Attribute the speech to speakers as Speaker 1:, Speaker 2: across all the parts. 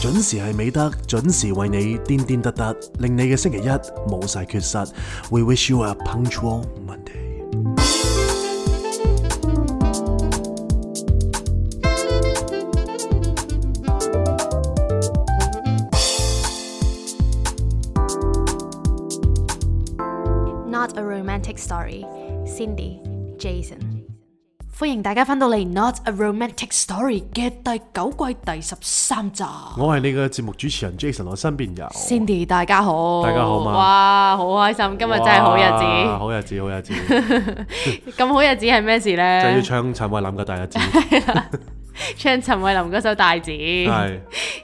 Speaker 1: 準時係美德，準時為你癲癲突突，令你嘅星期一冇晒缺失。We wish you a punctual Monday。
Speaker 2: Not a romantic story. Cindy, Jason，歡迎大家翻到嚟《Not a romantic story》嘅第九季第十三集。
Speaker 1: 我係你嘅節目主持人 Jason，我身邊有
Speaker 2: Cindy，大家好，
Speaker 1: 大家好嘛
Speaker 2: 哇，好開心，今日真係好
Speaker 1: 哇
Speaker 2: 日
Speaker 1: 好日子，好日子，就
Speaker 2: 子。咁好日子係咩事
Speaker 1: 要
Speaker 2: 呢？
Speaker 1: 唱陳慧琳嘅大日子，
Speaker 2: 唱陳慧琳嗰首《大字》。
Speaker 1: 係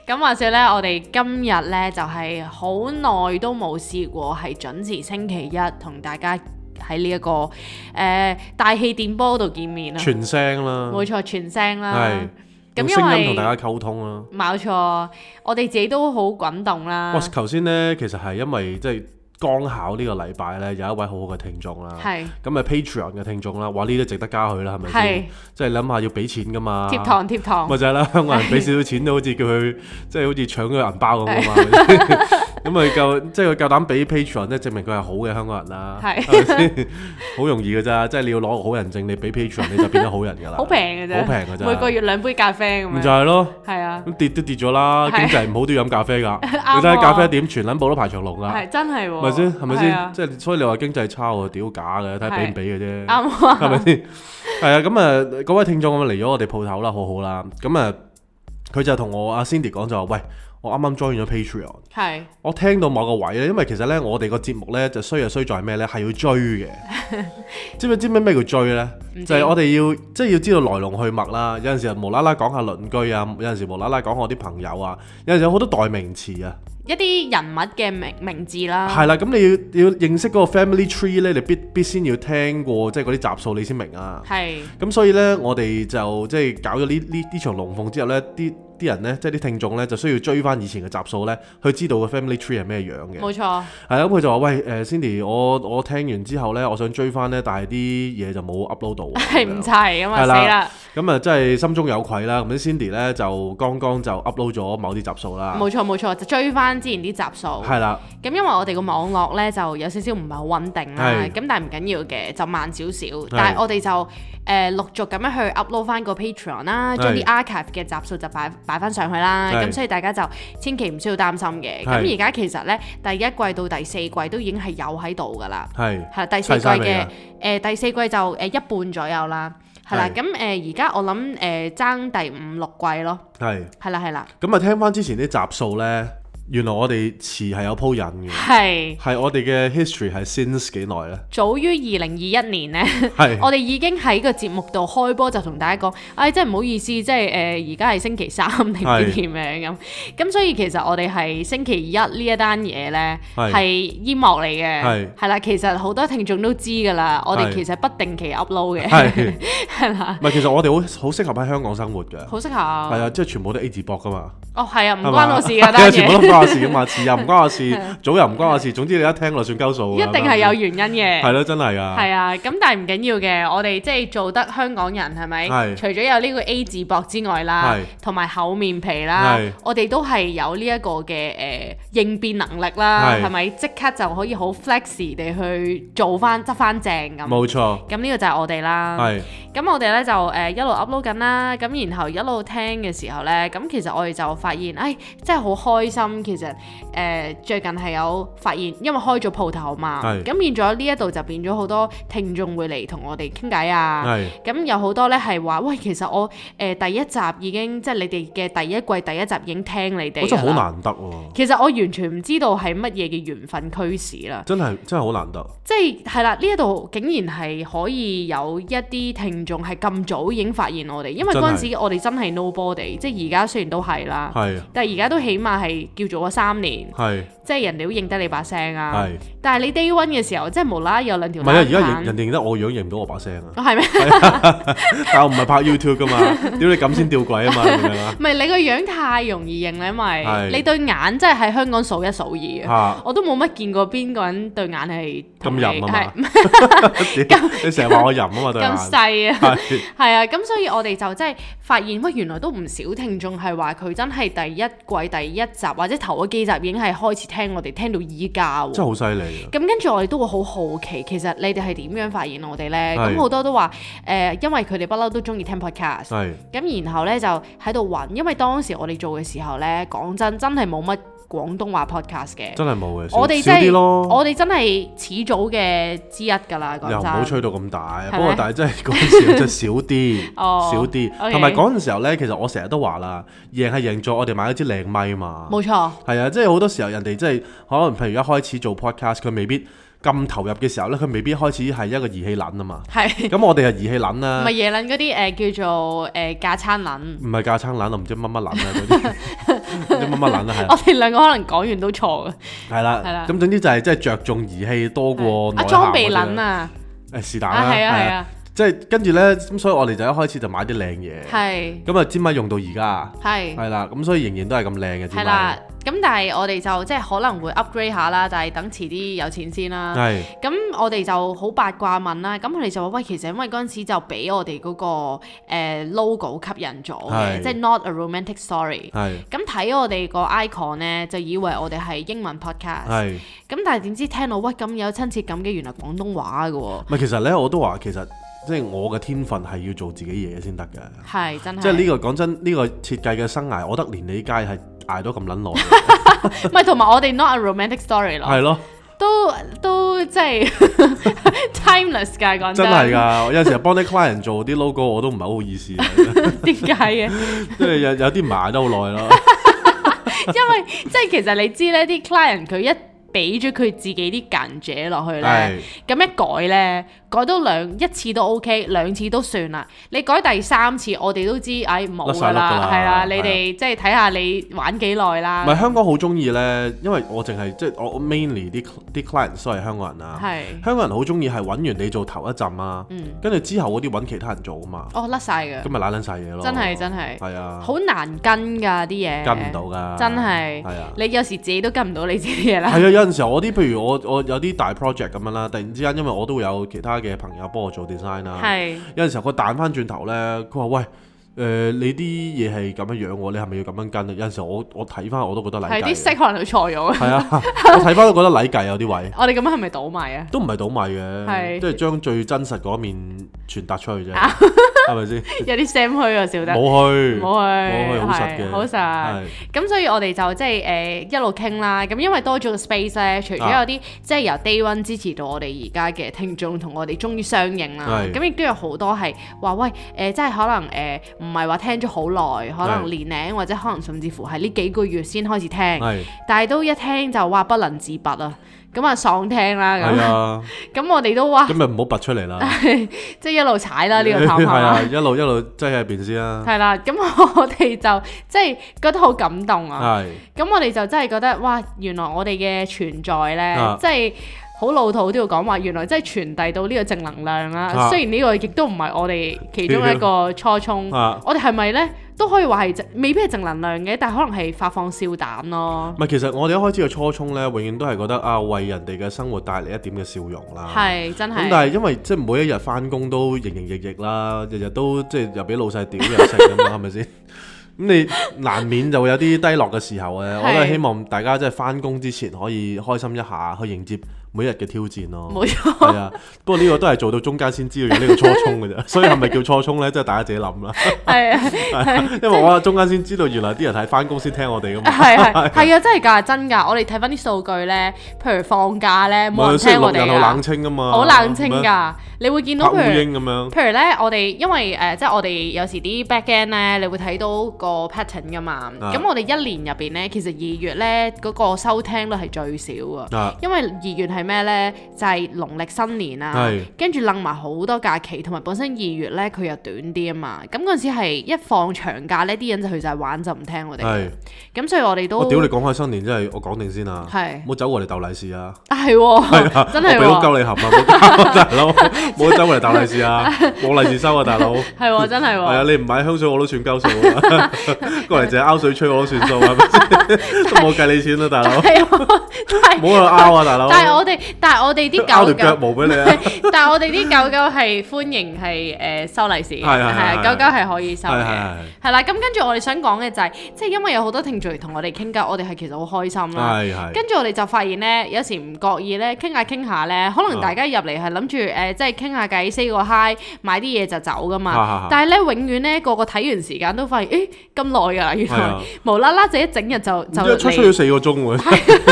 Speaker 2: 咁話說呢，我哋今日呢就係好耐都冇試過係準時星期一同大家喺呢一個誒、呃大氣電波度見面啦。
Speaker 1: 全聲啦，
Speaker 2: 冇錯，全聲啦
Speaker 1: 係。用
Speaker 2: 咁因
Speaker 1: 聲音
Speaker 2: 為
Speaker 1: 同大家溝通啦。
Speaker 2: 冇錯，我哋自己都好滾動啦
Speaker 1: 哇！。頭先呢，其實係因為即係剛巧呢個禮拜呢，有一位好好嘅聽眾啦，
Speaker 2: 係
Speaker 1: 咁啊 Patreon 嘅聽眾啦，哇！呢啲值得加佢啦，係咪
Speaker 2: 係
Speaker 1: 先？即係諗下要俾錢噶嘛，
Speaker 2: 貼堂貼堂
Speaker 1: 咪，就係啦，香港人俾少少錢都好似叫 佢，即係好似搶佢銀包咁啊嘛係咪先。 咁佢夠，即係佢夠膽俾 Patreon 咧，證明佢係好嘅香港人啦。
Speaker 2: 係
Speaker 1: 係咪先？好容易嘅咋，即係你要攞個好人證，你俾 Patreon 你就變咗好人㗎啦。
Speaker 2: 好平嘅
Speaker 1: 好
Speaker 2: 啫，
Speaker 1: 平㗎咋，
Speaker 2: 每個月兩杯咖啡咁
Speaker 1: 咪就
Speaker 2: 樣，
Speaker 1: 係咯。
Speaker 2: 係啊，
Speaker 1: 咁跌都跌咗啦，經
Speaker 2: 係
Speaker 1: 濟唔好都要飲咖啡㗎。
Speaker 2: 啱
Speaker 1: 你睇下
Speaker 2: 喎
Speaker 1: 咖啡點，全撚部都排長龍㗎，
Speaker 2: 係真係喎，
Speaker 1: 啊咪先？係咪
Speaker 2: 係
Speaker 1: 先？
Speaker 2: 啊
Speaker 1: 即係所以你話經濟差喎，屌假嘅，睇下俾唔
Speaker 2: 係
Speaker 1: 俾嘅啫。
Speaker 2: 啱啊，
Speaker 1: 係咪先？係啊，咁啊，嗰位聽眾咁嚟咗我哋鋪頭啦，好好啦。咁啊，佢就同我阿 Cindy 講就話：喂，我啱啱 join 咗 Patreon，
Speaker 2: 係
Speaker 1: 我聽到某個位咧，因為其實咧我哋個節目咧就衰就衰在咩咧，係要追 嘅。知唔知知唔知咩叫追咧？
Speaker 2: 唔知
Speaker 1: 就係我哋要即係要知道來龍去脈啦。有陣時又無啦啦講下鄰居啊，有陣時無啦啦講我啲朋友啊，有陣時有好多代名詞啊。
Speaker 2: 一啲人物嘅名名字啦，
Speaker 1: 係啦，咁你要要認識嗰個 family tree 咧，你必必先要聽過即係嗰啲集數，你先明啊。
Speaker 2: 係
Speaker 1: 咁所以呢，我哋就即係搞咗呢呢呢場龍鳳之後呢，啲啲人呢，即係啲聽眾呢，就需要追翻以前嘅集數呢，去知道個 family tree 係咩樣嘅。
Speaker 2: 冇錯，
Speaker 1: 係啊啦，咁佢就話：喂，誒、Cindy，我我聽完之後呢，我想追翻呢，但係啲嘢就冇 upload 到喎。
Speaker 2: 係唔齊咁嘛，
Speaker 1: 係
Speaker 2: 死
Speaker 1: 啦
Speaker 2: 啦，
Speaker 1: 咁啊，真係心中有愧啦。咁啊 Cindy 呢，就剛剛就 upload 咗某啲集數啦。
Speaker 2: 冇錯冇錯，就追翻之前啲集數。
Speaker 1: 係啦，
Speaker 2: 咁因為我哋個網絡咧就有少少唔係好穩定啦，
Speaker 1: 係
Speaker 2: 咁但係唔緊要嘅，就慢少少。但係我哋就誒、呃、陸續咁樣去 upload 翻個 Patreon 啦，
Speaker 1: 係
Speaker 2: 將啲 archive 嘅集數就擺擺翻上去啦。
Speaker 1: 係
Speaker 2: 咁所以大家就千祈唔需要擔心
Speaker 1: 係
Speaker 2: 嘅。咁而家其實咧第一季到第四季都已經係有喺度㗎啦，
Speaker 1: 係
Speaker 2: 係啦第四
Speaker 1: 齊
Speaker 2: 季
Speaker 1: 晒未啊
Speaker 2: 嘅誒第四季就誒、呃一半左右啦，係啦
Speaker 1: 係。
Speaker 2: 咁誒而家我諗誒爭第五六季咯，
Speaker 1: 係。
Speaker 2: 係啦係啦，
Speaker 1: 咁啊，聽翻之前啲集數呢，原來我哋詞係有鋪引嘅，
Speaker 2: 係
Speaker 1: 係我哋嘅 history 係 since 幾耐呢？
Speaker 2: 早於二零二一年咧。
Speaker 1: 係。
Speaker 2: 我哋已經喺個節目度開波就同大家講，唉、真係唔好意思，即係誒而家係星期三定唔
Speaker 1: 係
Speaker 2: 知點樣咁，咁所以其實我哋係星期一呢一單嘢呢，
Speaker 1: 係
Speaker 2: 係煙幕嚟嘅
Speaker 1: 係，
Speaker 2: 係啦，其實好多聽眾都知㗎啦，我哋
Speaker 1: 係
Speaker 2: 其實不定期 upload 嘅，
Speaker 1: 係，
Speaker 2: 係啦，
Speaker 1: 唔係其實我哋好好適合喺香港生活嘅，
Speaker 2: 好適
Speaker 1: 係
Speaker 2: 合，
Speaker 1: 啊，即係全部都 A 字博噶嘛，
Speaker 2: 哦係啊，唔
Speaker 1: 係嘛
Speaker 2: 關我事㗎
Speaker 1: 係啊
Speaker 2: 單
Speaker 1: 全部都唔
Speaker 2: 嘢，啊
Speaker 1: 關我事噶嘛，詞又唔關我 事，組又唔關我事，總之你一聽落算鳩數㗎
Speaker 2: 一
Speaker 1: 啦
Speaker 2: 定係有原因嘅。
Speaker 1: 啊係咯，真係啊，
Speaker 2: 係啊，咁但係唔緊要嘅，我哋即係做得香港人係咪？
Speaker 1: 係
Speaker 2: 除咗有呢個 A 字膊之外啦
Speaker 1: 係，
Speaker 2: 同埋厚面皮啦
Speaker 1: 係，
Speaker 2: 我哋都係有呢一個嘅誒、呃、應變能力啦，
Speaker 1: 係
Speaker 2: 係咪？即刻就可以好 flex 地去做翻執翻正咁。啊
Speaker 1: 冇錯，
Speaker 2: 咁呢個就係我哋啦。
Speaker 1: 係
Speaker 2: 咁我哋呢就誒、呃一路 upload 緊啦，咁然後一路聽嘅時候呢，咁其實我哋就發現，誒、真係好開心。其實誒、呃最近係有發現，因為開咗鋪頭嘛，
Speaker 1: 係
Speaker 2: 咁變咗呢一度就變咗好多聽眾會嚟同我哋傾偈啊。
Speaker 1: 係
Speaker 2: 咁有好多呢係話，喂，其實我誒、呃第一集已經即係你哋嘅第一季第一集已經聽你哋，
Speaker 1: 我真係好。難得喎，
Speaker 2: 其實我完全唔知道係乜嘢嘅緣分驅使啦。
Speaker 1: 真係真係好難得，
Speaker 2: 即係係啦，呢一度竟然係可以有一啲聽眾係咁早已經發現我哋，因為
Speaker 1: 真係
Speaker 2: 嗰陣時我哋真係 nobody，即係而家雖然都係啦，
Speaker 1: 係啊
Speaker 2: 但係而家都起碼係叫咗三年，
Speaker 3: 係
Speaker 2: 即係人哋都認得你把聲啊。
Speaker 3: 係，
Speaker 2: 但係你 day one 嘅時候，即係無啦啦有兩條
Speaker 3: 唔係啊！而
Speaker 2: 冷
Speaker 3: 家認
Speaker 2: 棒
Speaker 3: 人哋認得我樣，認唔到我把聲啊！
Speaker 2: 哦係咩？
Speaker 3: 但我唔係拍 YouTube 噶嘛， 屌你咁先吊鬼啊嘛，你明唔明啊？
Speaker 2: 唔係你個樣太容易認啦，因
Speaker 3: 係
Speaker 2: 為你對眼真係喺香港數一數二嘅。
Speaker 3: 嚇
Speaker 2: 我都冇乜見過邊個人對眼係
Speaker 3: 咁
Speaker 2: 同你
Speaker 3: 淫啊嘛
Speaker 2: 係，
Speaker 3: 你成日話我淫啊嘛對眼
Speaker 2: 咁，細啊！
Speaker 3: 係
Speaker 2: 係啊，咁所以我哋就真係發現，喂，原來都唔少聽眾係話佢真係第一季第一集或者頭嗰幾集已經係開始聽我哋聽到依家
Speaker 3: 真
Speaker 2: 喎。
Speaker 3: 係好犀利啊！
Speaker 2: 咁跟住我哋都會好好奇，其實你哋係點樣發現我哋呢？
Speaker 3: 係
Speaker 2: 咁好多都話誒、呃因為佢哋不嬲都中意聽 podcast，
Speaker 3: 係
Speaker 2: 咁然後呢，就喺度揾，因為當時我哋做嘅時候呢，講真真係冇乜廣東話 podcast 嘅，
Speaker 3: 真係冇嘅，少
Speaker 2: 我哋
Speaker 3: 少
Speaker 2: 真
Speaker 3: 啲
Speaker 2: 係
Speaker 3: 咯，
Speaker 2: 我哋真係始祖嘅之一㗎啦，講
Speaker 3: 又唔好
Speaker 2: 真。
Speaker 3: 吹到咁大。啊
Speaker 2: 係
Speaker 3: 不
Speaker 2: 咪
Speaker 3: 過但係真係嗰陣時真係少啲，
Speaker 2: 哦
Speaker 3: 少啲。
Speaker 2: OK
Speaker 3: 同埋嗰陣時候咧，其實我成日都話啦，贏係贏在我哋買咗支靚咪嘛。
Speaker 2: 冇錯，
Speaker 3: 係啊，即係好多時候人哋即係可能譬如一開始做 podcast，佢未必咁投入嘅時候咧，佢未必開始係一個儀器撚 啊嘛。
Speaker 2: 係。
Speaker 3: 咁我哋係儀器撚
Speaker 2: 唔
Speaker 3: 啦
Speaker 2: 係，夜撚嗰啲誒叫做誒架餐撚，
Speaker 3: 唔係架撐撚啊，唔知乜乜撚啊嗰 啲，唔知乜乜撚啊係啊
Speaker 2: 我哋兩個可能講完都錯嘅。
Speaker 3: 係
Speaker 2: 係
Speaker 3: 啦
Speaker 2: 啦。
Speaker 3: 咁總之就係即係着重儀器多過
Speaker 2: 啊
Speaker 3: 內
Speaker 2: 裝
Speaker 3: 涵
Speaker 2: 備
Speaker 3: 嗰啲
Speaker 2: 撚
Speaker 3: 啦。
Speaker 2: 啊，
Speaker 3: 誒是但
Speaker 2: 啊
Speaker 3: 啦，
Speaker 2: 係啊係啊，
Speaker 3: 即係跟住咧，咁所以我哋就一開始就買啲靚嘢，
Speaker 2: 係
Speaker 3: 咁啊支咪用到而家，
Speaker 2: 係
Speaker 3: 係啦，咁所以仍然都係咁靚嘅支
Speaker 2: 係啦
Speaker 3: 咪，。
Speaker 2: 咁但係我哋就即係可能會 upgrade 下啦，但係等遲啲有錢先啦。
Speaker 3: 係
Speaker 2: 咁我哋就好八卦問啦，咁佢哋就話喂，其實因為嗰陣時就俾我哋嗰個誒 logo 吸引咗
Speaker 3: 係
Speaker 2: 嘅，即係 not a romantic story。
Speaker 3: 係
Speaker 2: 咁睇我哋個 icon 呢，就以為我哋係英文 podcast。
Speaker 3: 係。
Speaker 2: 咁但係點知聽到喂咁有親切感嘅，原來廣東話嘅喎。
Speaker 3: 唔係其實咧，我都話其實即係我嘅天分係要做自己嘢先得嘅。
Speaker 2: 係真係，
Speaker 3: 即係呢個講真，呢個設計嘅生涯，我覺得連理解係捱到咁撚耐嘅，
Speaker 2: 唔係同埋我哋 not a romantic story 咯，
Speaker 3: 係咯，
Speaker 2: 都都即係 timeless 㗎講
Speaker 3: 真係㗎。我有時候幫啲 client 做啲 logo，我都唔係好意 思嘅，
Speaker 2: 點解嘅？
Speaker 3: 即係有有啲唔捱得好耐咯。
Speaker 2: 因為即係其實你知咧，啲 client 佢一俾咗佢自己啲間者落去咧，
Speaker 3: 係
Speaker 2: 咁一改咧，改到兩一次都 OK，兩次都算啦。你改第三次，我哋都知，唉冇
Speaker 3: 甩
Speaker 2: 㗎
Speaker 3: 晒粒㗎啦
Speaker 2: 啦，係啦，
Speaker 3: 係
Speaker 2: 你哋即係睇下你玩幾耐
Speaker 3: 唔
Speaker 2: 啦，
Speaker 3: 係香港好中意咧？因為我淨係即係我我 mainly 啲啲 client 都係香港人啊。
Speaker 2: 係
Speaker 3: 香港人好中意係揾完你做頭一陣啊，
Speaker 2: 嗯，
Speaker 3: 跟住之後嗰啲揾其他人做啊嘛，
Speaker 2: 哦甩晒㗎
Speaker 3: 咁，咪懶撚晒嘢咯。
Speaker 2: 真係真係
Speaker 3: 係啊，
Speaker 2: 好難跟㗎啲嘢，
Speaker 3: 跟唔到㗎，
Speaker 2: 真係
Speaker 3: 係啊。
Speaker 2: 你有時自己都跟唔到你自己嘢啦。
Speaker 3: 係啊，有陣時候我啲，譬如我我有啲大 project 咁樣啦，突然之間，因為我都會有其他嘅朋友幫我做 design 啦。
Speaker 2: 係
Speaker 3: 有陣時候佢彈翻轉頭咧，佢話：喂，誒、呃你啲嘢係咁樣樣喎，你係咪要咁樣跟啊？有陣時候我我睇翻我都覺得禮
Speaker 2: 係
Speaker 3: 計
Speaker 2: 啲
Speaker 3: 嘅。
Speaker 2: 色可能佢錯咗啊！
Speaker 3: 係啊，我睇翻都覺得禮計有啲位
Speaker 2: 我哋咁樣係咪倒埋 啊？
Speaker 3: 都唔係倒米嘅，
Speaker 2: 係
Speaker 3: 即係將最真實嗰面傳達出去啫，
Speaker 2: 啊
Speaker 3: 係咪先？
Speaker 2: 有啲 Sam 虛啊，笑得
Speaker 3: 冇去，
Speaker 2: 冇啊去，
Speaker 3: 冇去好實嘅
Speaker 2: 係好實。
Speaker 3: 係
Speaker 2: 咁所以我哋就即係誒一路傾啦。咁因為多咗個 space 咧，除咗
Speaker 3: 啊
Speaker 2: 有啲即係由 day one 支持到我哋而家嘅聽眾同我哋終於相應啦。
Speaker 3: 係
Speaker 2: 咁亦都有好多係話喂誒，即係可能誒唔係話聽咗好耐，可能年零或者可能甚至乎係呢幾個月先開始聽，
Speaker 3: 係
Speaker 2: 但係都一聽就哇不能自拔啊！咁啊喪聽啦
Speaker 3: 係
Speaker 2: 咁。
Speaker 3: 啊，
Speaker 2: 咁我哋都哇
Speaker 3: 咁咪唔好拔出 嚟啦。
Speaker 2: 即係一路踩啦呢個探
Speaker 3: 係啊，
Speaker 2: 下，
Speaker 3: 一路一路擠喺入邊先啦。
Speaker 2: 係啦。咁我哋就即係覺得好感動啊！
Speaker 3: 係。
Speaker 2: 咁我哋就真係覺得哇，原來我哋嘅存在
Speaker 3: 啊
Speaker 2: 呢，即係好老土都要講話，原來真係傳遞到呢個正能量
Speaker 3: 啊
Speaker 2: 啦。雖然呢個亦都唔係我哋其中一個初衷，
Speaker 3: 啊，
Speaker 2: 我哋係咪呢？都可以話係正未必係正能量嘅，但係可能係發放笑彈咯。
Speaker 3: 唔係，其實我哋一開始嘅初衷呢，永遠都係覺得啊，為人哋嘅生活帶嚟一點嘅笑容啦。
Speaker 2: 係真
Speaker 3: 啊咁
Speaker 2: 係，
Speaker 3: 但係因為即係每一日翻工都營營役役啦，日日都即係又俾老細屌又食 咁嘛，係咪先？咁你難免就會有啲低落嘅時候嘅，我都係
Speaker 2: 係
Speaker 3: 希望大家即係翻工之前可以開心一下，去迎接每一日嘅挑戰咯。
Speaker 2: 冇錯，
Speaker 3: 係啊，不過呢個都係做到中間先知道有呢個初衷嘅啫，所以 係咪叫初衷呢？即係大家自己諗啦。
Speaker 2: 係啊
Speaker 3: 因為我喺中間先知道原來啲人係翻工先聽我哋噶 嘛。
Speaker 2: 係 係係啊，真係㗎，真㗎。我哋睇翻啲數據呢，譬如放假呢，冇人
Speaker 3: 星期
Speaker 2: 聽
Speaker 3: 六
Speaker 2: 我哋
Speaker 3: 日
Speaker 2: 㗎
Speaker 3: 好冷清噶嘛，
Speaker 2: 好冷清
Speaker 3: 咁樣，
Speaker 2: 㗎，你會見
Speaker 3: 拍
Speaker 2: 到譬
Speaker 3: 烏
Speaker 2: 如
Speaker 3: 蠅咁樣，
Speaker 2: 譬如咧，我哋因為誒、呃即係我哋有時啲 back end 咧，你會睇到個 pattern 噶嘛。
Speaker 3: 啊
Speaker 2: 咁我哋一年入邊咧，其實二月咧嗰、個收聽率係最少啊，
Speaker 3: 啊
Speaker 2: 因為二月係係咩呢？就係農曆新年啊
Speaker 3: 係，
Speaker 2: 跟住楞埋好多假期，同埋本身二月呢，佢又短啲啊嘛。咁嗰陣時係一放長假呢啲人就去晒玩就唔聽我哋嘅。
Speaker 3: 係，
Speaker 2: 咁所以我哋都
Speaker 3: 我屌你講開新年真係，我講定先啊，
Speaker 2: 係
Speaker 3: 唔好走過嚟鬥利是啊！
Speaker 2: 啊係喎， 真係
Speaker 3: 我俾碌
Speaker 2: 喎，
Speaker 3: 鳩你含啊，冇搞 啊大佬，冇走過嚟鬥利是啊，冇利是收啊，大佬。
Speaker 2: 係喎，真係
Speaker 3: 係啊，
Speaker 2: 喎。
Speaker 3: 你唔買香水我都算鳩數啊！ 過嚟淨係拗水吹我都算數啊，係咪先都冇計你錢啦，大 佬，
Speaker 2: 係 喎，但係
Speaker 3: 唔好去拗啊，大佬，
Speaker 2: 但係我哋但係我哋啲
Speaker 3: 拗
Speaker 2: 狗
Speaker 3: 條腳
Speaker 2: 狗。
Speaker 3: 毛俾你啊！
Speaker 2: 但係我哋啲狗狗係歡迎係誒收利是嘅，
Speaker 3: 係係
Speaker 2: 係
Speaker 3: 係
Speaker 2: 啊
Speaker 3: 係
Speaker 2: 狗狗係可以收
Speaker 3: 係係
Speaker 2: 嘅。
Speaker 3: 係
Speaker 2: 係啦，咁跟住我哋想講嘅就係、即係因為有好多聽眾嚟同我哋傾偈，我哋係其實好開心啦。
Speaker 3: 係係。
Speaker 2: 跟住我哋就發現呢，有時唔覺意呢，傾下傾下呢，可能
Speaker 3: 啊
Speaker 2: 大家入嚟係諗住誒，即係傾下偈，say 個 hi，買啲嘢就走噶
Speaker 3: 啊啊
Speaker 2: 嘛
Speaker 3: 啊。
Speaker 2: 但係呢，永遠呢，個個睇完時間都發現，誒咁耐㗎啦，原
Speaker 3: 係
Speaker 2: 來
Speaker 3: 啊
Speaker 2: 無啦啦就一整日就就
Speaker 3: 即係啊出出咗
Speaker 2: 嚟，
Speaker 3: 四個鐘喎，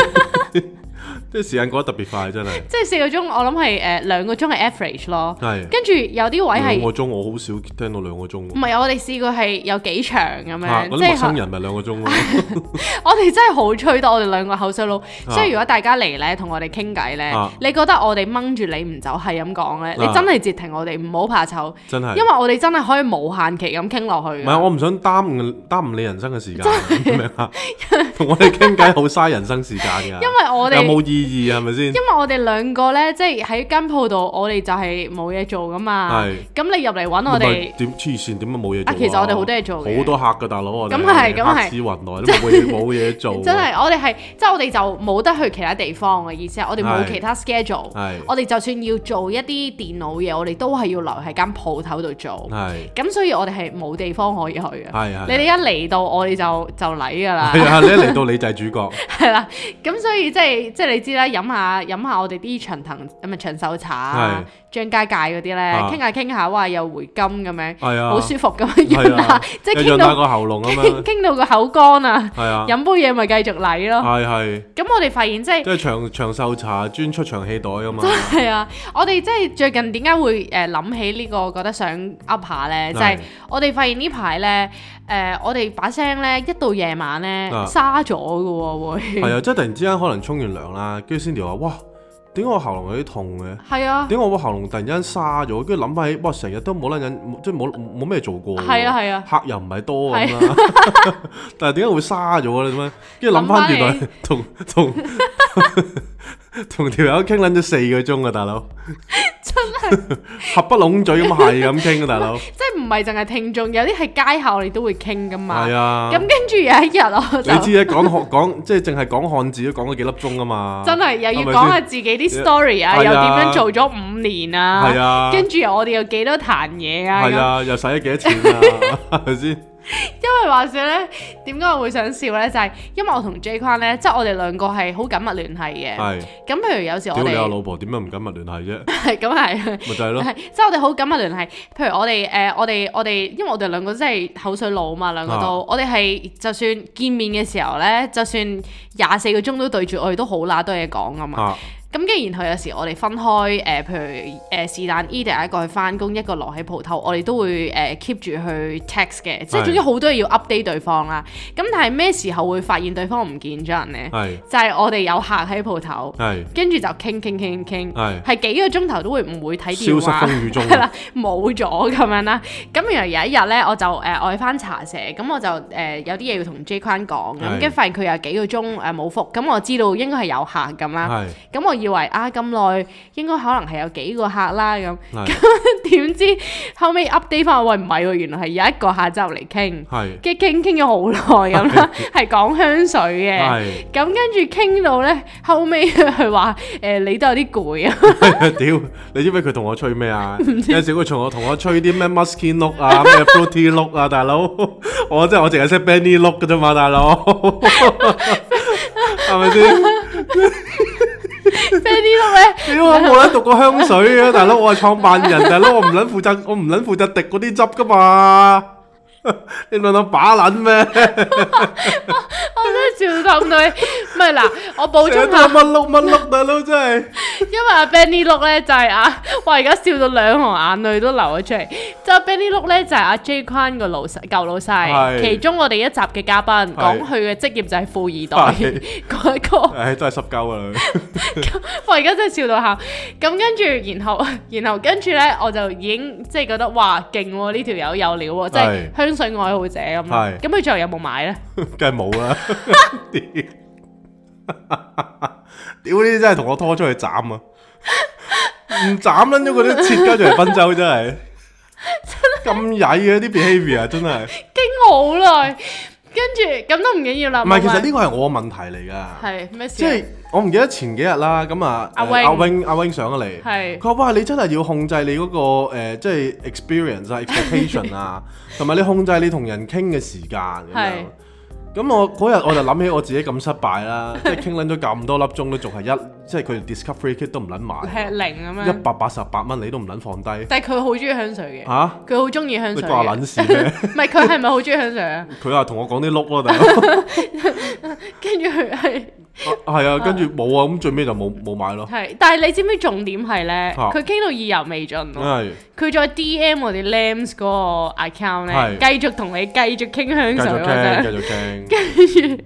Speaker 3: 即係時間過得特別快，真係。
Speaker 2: 即係四個鐘，我諗係誒兩個鐘係 average 咯。
Speaker 3: 係
Speaker 2: 跟住有啲位係
Speaker 3: 兩個鐘，我好少聽到兩個鐘
Speaker 2: 唔
Speaker 3: 喎。
Speaker 2: 係，我哋試過係有幾場咁
Speaker 3: 嚇
Speaker 2: 樣，
Speaker 3: 嗰
Speaker 2: 嗯即
Speaker 3: 啲陌生
Speaker 2: 係
Speaker 3: 人咪兩個鐘 咯。
Speaker 2: 我哋真係好吹得我哋兩個口水佬。所以如果大家嚟呢，同我哋傾偈呢
Speaker 3: 啊，
Speaker 2: 你覺得我哋掹住你唔走係咁講呢？你
Speaker 3: 啊
Speaker 2: 真係截停我哋，唔好怕醜，
Speaker 3: 真係
Speaker 2: 因。為我哋真係可以無限期咁傾落去啊
Speaker 3: 唔
Speaker 2: 㗎。
Speaker 3: 係，我唔想耽誤耽誤你人生嘅時間，明唔明啊？同我哋傾偈好嘥人生時間㗎，因
Speaker 2: 因為我哋
Speaker 3: 有冇意義啊係咪先
Speaker 2: 因？為我哋兩個呢，即係喺間鋪度，我哋就係冇嘢做㗎嘛。
Speaker 3: 係
Speaker 2: 咁你入嚟揾我
Speaker 3: 唔
Speaker 2: 哋
Speaker 3: 係，點黐線點解冇嘢做
Speaker 2: 啊其實我哋好多嘢做嘅
Speaker 3: 好多客㗎大佬，我哋
Speaker 2: 咁係咁係
Speaker 3: 客似雲來，都冇嘢冇嘢做，啊
Speaker 2: 真係我哋係即係我哋就冇得去其他地方嘅意思啊係，我哋冇
Speaker 3: 係
Speaker 2: 其他 schedule。
Speaker 3: 係
Speaker 2: 我哋就算要做一啲電腦嘢，我哋都係要留喺間鋪頭度做。
Speaker 3: 係
Speaker 2: 咁所以我哋係冇地方可以去嘅。
Speaker 3: 係係
Speaker 2: 你哋一嚟到，我哋就就嚟㗎啦，
Speaker 3: 係啊！你一嚟到你就係主角，
Speaker 2: 係啦。咁所以即係即係你知啦，飲下飲下我哋啲長藤唔係長壽茶啊、張家界嗰啲咧，
Speaker 3: 啊
Speaker 2: 傾下傾下，哇又回甘咁樣，
Speaker 3: 係啊，
Speaker 2: 好舒服咁 樣
Speaker 3: 係
Speaker 2: 飲下
Speaker 3: 啊，，
Speaker 2: 即係
Speaker 3: 又
Speaker 2: 傾
Speaker 3: 潤下
Speaker 2: 到
Speaker 3: 個喉嚨咁
Speaker 2: 傾
Speaker 3: 樣，
Speaker 2: 傾到個口乾啊，
Speaker 3: 係啊，
Speaker 2: 飲杯啊嘢咪繼續嚟咯。
Speaker 3: 係係，
Speaker 2: 咁我哋發現即係
Speaker 3: 即係長長壽茶專出長氣袋啊嘛，
Speaker 2: 係啊，我哋即係最近點解會誒諗起呢、個覺得想噏下呢？就係、
Speaker 3: 係
Speaker 2: 我哋發現呢排呢，誒、我哋把聲呢，一到夜晚呢，
Speaker 3: 啊
Speaker 2: 沙咗嘅喎會。
Speaker 3: 係啊，即係突然之間可能沖完涼啦，跟住 Cindy 話：哇，點解我喉嚨有啲痛嘅？
Speaker 2: 係啊，
Speaker 3: 點解我個喉嚨突然間沙咗？跟住諗起，哇！成日都冇撚人，即係冇冇咩做過喎。
Speaker 2: 係啊係啊
Speaker 3: 客又唔係多咁啦。 但係點解會沙咗咧？點解？跟住諗
Speaker 2: 諗
Speaker 3: 翻
Speaker 2: 返
Speaker 3: 原來同同同條友傾撚咗四個鐘啊，大 佬！真係 合不攏嘴咁係咁傾啊，大佬！
Speaker 2: 即係唔係淨係聽眾，有啲係街校我哋都會傾噶嘛。
Speaker 3: 係
Speaker 2: 咁、
Speaker 3: 啊。
Speaker 2: 跟住有一日我就
Speaker 3: 你知啊，講漢 講即係淨係講漢字都講咗幾粒鐘啊嘛。
Speaker 2: 真係又要
Speaker 3: 係咪
Speaker 2: 講
Speaker 3: 先
Speaker 2: 下自己啲 story 啊，
Speaker 3: 係啊
Speaker 2: 又點樣做咗五年啊，
Speaker 3: 係啊
Speaker 2: 跟住我哋有幾多壇嘢啊，
Speaker 3: 係
Speaker 2: 咁
Speaker 3: 啊，又使咗幾多 錢啊？係咪先？
Speaker 2: 因為話說咧，點解我會想笑咧？就係、因為我同 J 框咧，即係我哋兩個係好緊密聯繫嘅。
Speaker 3: 係。
Speaker 2: 咁譬如有時我
Speaker 3: 屌你阿
Speaker 2: 哋
Speaker 3: 老婆點解唔緊密聯繫 啫？
Speaker 2: 係咁係，
Speaker 3: 咪就係咯。
Speaker 2: 係即係我哋好緊密聯繫。譬如我哋誒、呃我哋我哋，因為我哋兩個真係口水佬嘛，
Speaker 3: 啊
Speaker 2: 兩個都，我哋係就算見面嘅時候咧，就算廿四個鐘都對住我哋都好乸多嘢講噶嘛。
Speaker 3: 啊，
Speaker 2: 咁跟住然後有時我哋分開誒、呃譬如誒是但 e d i 一個去翻工，一個落喺鋪頭，我哋都會誒呃 keep 住去 text 嘅，即係
Speaker 3: 係
Speaker 2: 總之好多嘢要 update 對方啦。咁但係咩時候會發現對方唔見咗人呢？
Speaker 3: 係
Speaker 2: 就係我哋有客喺鋪頭，
Speaker 3: 係
Speaker 2: 跟住就傾傾傾傾，
Speaker 3: 係
Speaker 2: 係幾個鐘頭都會唔會睇
Speaker 3: 消
Speaker 2: 電
Speaker 3: 失
Speaker 2: 話。
Speaker 3: 風雨中，
Speaker 2: 係啦，冇咗咁樣啦。咁原來有一日咧，我就誒、呃我去翻茶社，咁我就誒、呃有啲嘢要同 J 框講，咁
Speaker 3: 係
Speaker 2: 跟住發現佢有幾個鐘誒冇覆，咁我知道應該係有客咁啦。
Speaker 3: 係
Speaker 2: 咁我以為啊咁耐應該可能係有幾個客啦咁，
Speaker 3: 係
Speaker 2: 點知後尾 update 翻我喂唔係喎，原來係有一個客就嚟傾，
Speaker 3: 係
Speaker 2: 跟住傾傾咗好耐咁啦， 係講香水嘅。
Speaker 3: 係
Speaker 2: 咁跟住傾到呢，後尾 佢話誒你都有啲攰啊，
Speaker 3: 屌！你知唔知佢同我吹咩啊？有時佢同我同我吹啲咩 musky 碌啊， 咩 fruity 碌啊，大佬，我真係我淨係識 benny 碌嘅啫嘛，大佬， 係咪先？
Speaker 2: 即係呢度呢，
Speaker 3: 屌我哎冇撚讀過香水啊嘅，大佬，我係創辦人，大佬，我唔撚負責，我唔撚負責滴嗰啲汁噶嘛， 你兩到把撚咩？
Speaker 2: 我真係笑到咁佢。唔係嗱，我補
Speaker 3: 成日
Speaker 2: 充
Speaker 3: 都
Speaker 2: 下
Speaker 3: 係，乜碌乜碌，大佬真係。
Speaker 2: 因為阿 Benny 碌咧就係啊，哇！而家笑到兩行眼淚都流咗出嚟。就 Benny 碌咧就係阿 J Kwan 個老細舊老細，
Speaker 3: 係
Speaker 2: 其中我哋一集嘅嘉賓講佢嘅職業就係富二 代
Speaker 3: 係
Speaker 2: 嗰一個。
Speaker 3: 唉，都係濕鳩啊㗎啦。
Speaker 2: 我而家真係笑到喊。咁跟住，然後， 然後跟住咧，我就已經即係覺得哇，勁喎！呢條友有料喎，即係
Speaker 3: 係
Speaker 2: 香水愛好者咁啦。
Speaker 3: 係
Speaker 2: 咁佢最後有冇買咧？
Speaker 3: 梗係冇啦。 屌呢啲真係同我拖出去斬啊！唔斬撚咗嗰啲切雞就嚟分州真係。咁曳嘅啲 behaviour 真係，唔
Speaker 2: 傾好耐，跟住咁都唔緊要啦。
Speaker 3: 係其實
Speaker 2: 慢慢
Speaker 3: 呢個係我嘅問題嚟㗎，
Speaker 2: 係咩事
Speaker 3: 即
Speaker 2: 啊？
Speaker 3: 係我唔記得前幾日啦，咁啊
Speaker 2: 阿
Speaker 3: 誒
Speaker 2: wing
Speaker 3: 阿 wing 阿 wing 上咗嚟，
Speaker 2: 係
Speaker 3: 佢話：哇！你真係要控制你嗰、個、呃、即係 experience 啊、expectation 啊，同埋你控制你同人傾嘅時間咁樣
Speaker 2: 係。
Speaker 3: 咁我嗰日我就諗起我自己咁失 敗啦，即係傾撚咗咁多粒鐘都仲係一，即係佢 Discovery Kit 都唔撚買，
Speaker 2: 係啊零咁
Speaker 3: 一
Speaker 2: 樣。
Speaker 3: 百八十八蚊你都唔撚放 低
Speaker 2: 但係佢好中意香水
Speaker 3: 嚇、
Speaker 2: 嘅，佢好中意香
Speaker 3: 你
Speaker 2: 水
Speaker 3: 掛
Speaker 2: 嘅。
Speaker 3: 撚事 咩？
Speaker 2: 唔係佢係咪好中意香水啊？
Speaker 3: 佢話同我講啲碌咯，大 佬。
Speaker 2: 跟住佢係
Speaker 3: 係啊， 跟住冇啊，咁最尾就冇冇買咯。
Speaker 2: 係，但係你知唔知重點係咧？
Speaker 3: 啊
Speaker 2: 佢傾到意猶未盡喎。
Speaker 3: 係
Speaker 2: 佢再 DM 我哋 Lams 嗰個 account 咧，
Speaker 3: 係
Speaker 2: 繼續同你繼續傾
Speaker 3: 繼
Speaker 2: 香水
Speaker 3: 續
Speaker 2: 我啊真
Speaker 3: 傾，
Speaker 2: 係
Speaker 3: 繼續傾。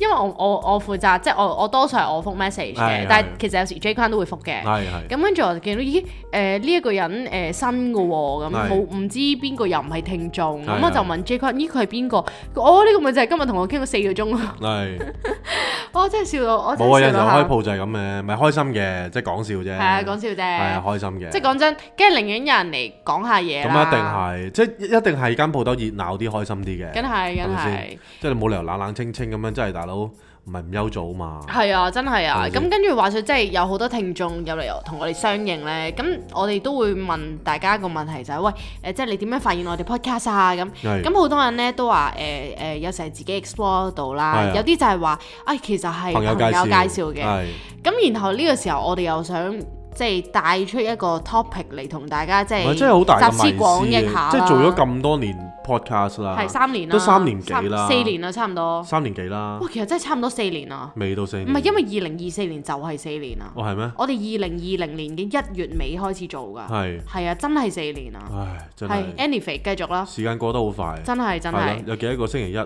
Speaker 2: 因為我我我負責即係我我多數係我覆 message 嘅
Speaker 3: 係，
Speaker 2: 但係
Speaker 3: 係
Speaker 2: 其實有時 J 君都會覆嘅。
Speaker 3: 係係。
Speaker 2: 咁跟住我就見到，咦？誒呢一個人誒、新嘅喎、咁
Speaker 3: 係
Speaker 2: 冇唔知邊個又唔係聽眾，咁
Speaker 3: 係
Speaker 2: 我
Speaker 3: 係
Speaker 2: 就問 J 君，咦佢係邊個？佢哦呢、個咪就係今日同我傾咗四個鐘，
Speaker 3: 係
Speaker 2: 我真係笑到我真
Speaker 3: 冇啊！
Speaker 2: 係笑
Speaker 3: 有陣時
Speaker 2: 到
Speaker 3: 開
Speaker 2: 喊。
Speaker 3: 鋪就係咁嘅，咪開心嘅，即係講笑啫。
Speaker 2: 係啊，講笑
Speaker 3: 係
Speaker 2: 啫
Speaker 3: 啊，，開心嘅。
Speaker 2: 即係講啊真，跟住寧願有人嚟講下嘢啦。
Speaker 3: 咁一定係，即係一定係間鋪頭熱鬧啲、開心啲嘅。
Speaker 2: 梗係
Speaker 3: 係
Speaker 2: 梗
Speaker 3: 咪
Speaker 2: 係
Speaker 3: 先。即係你冇理由冷冷清清咁樣，真係大佬唔係唔休做嘛。
Speaker 2: 係啊，真係啊！
Speaker 3: 係咪
Speaker 2: 咁
Speaker 3: 先
Speaker 2: 跟住話說，即係有好多聽眾入嚟同我哋相應呢。咁我哋都會問大家一個問題就係、喂誒、即係你點樣發現我哋 podcast 啊？咁
Speaker 3: 係
Speaker 2: 咁好多人呢都話誒誒，有時係自己 explore 到
Speaker 3: 係
Speaker 2: 啦
Speaker 3: 啊，
Speaker 2: 有啲就係話啊，其實係
Speaker 3: 朋
Speaker 2: 朋
Speaker 3: 友
Speaker 2: 友
Speaker 3: 介
Speaker 2: 介
Speaker 3: 紹
Speaker 2: 紹嘅。
Speaker 3: 係
Speaker 2: 咁然後呢個時候，我哋又想即係帶出一個 topic 嚟同大家即
Speaker 3: 唔係
Speaker 2: 係
Speaker 3: 真係好大嘅
Speaker 2: 集思廣
Speaker 3: 迷思
Speaker 2: 益下啦
Speaker 3: 嘅，即係做咗咁多年 podcast 啦，
Speaker 2: 係三年啦，啊
Speaker 3: 啊都三年幾啦
Speaker 2: 三四年啊啦，差唔多。
Speaker 3: 三年幾啦
Speaker 2: 哇，，其實真係差唔多四年啦。
Speaker 3: 未到四
Speaker 2: 唔
Speaker 3: 年。啊嗯
Speaker 2: 係因為二零二四年就係四年啦。
Speaker 3: 哦係咩？
Speaker 2: 我哋二零二零年嘅一月尾開始做㗎，
Speaker 3: 係，
Speaker 2: 係啊，真係四年啊，
Speaker 3: 唉，真
Speaker 2: 係
Speaker 3: 係
Speaker 2: anyway 繼續啦，
Speaker 3: 時間過得好快，
Speaker 2: 真係真
Speaker 3: 係啦
Speaker 2: 係，，
Speaker 3: 有幾多個星期一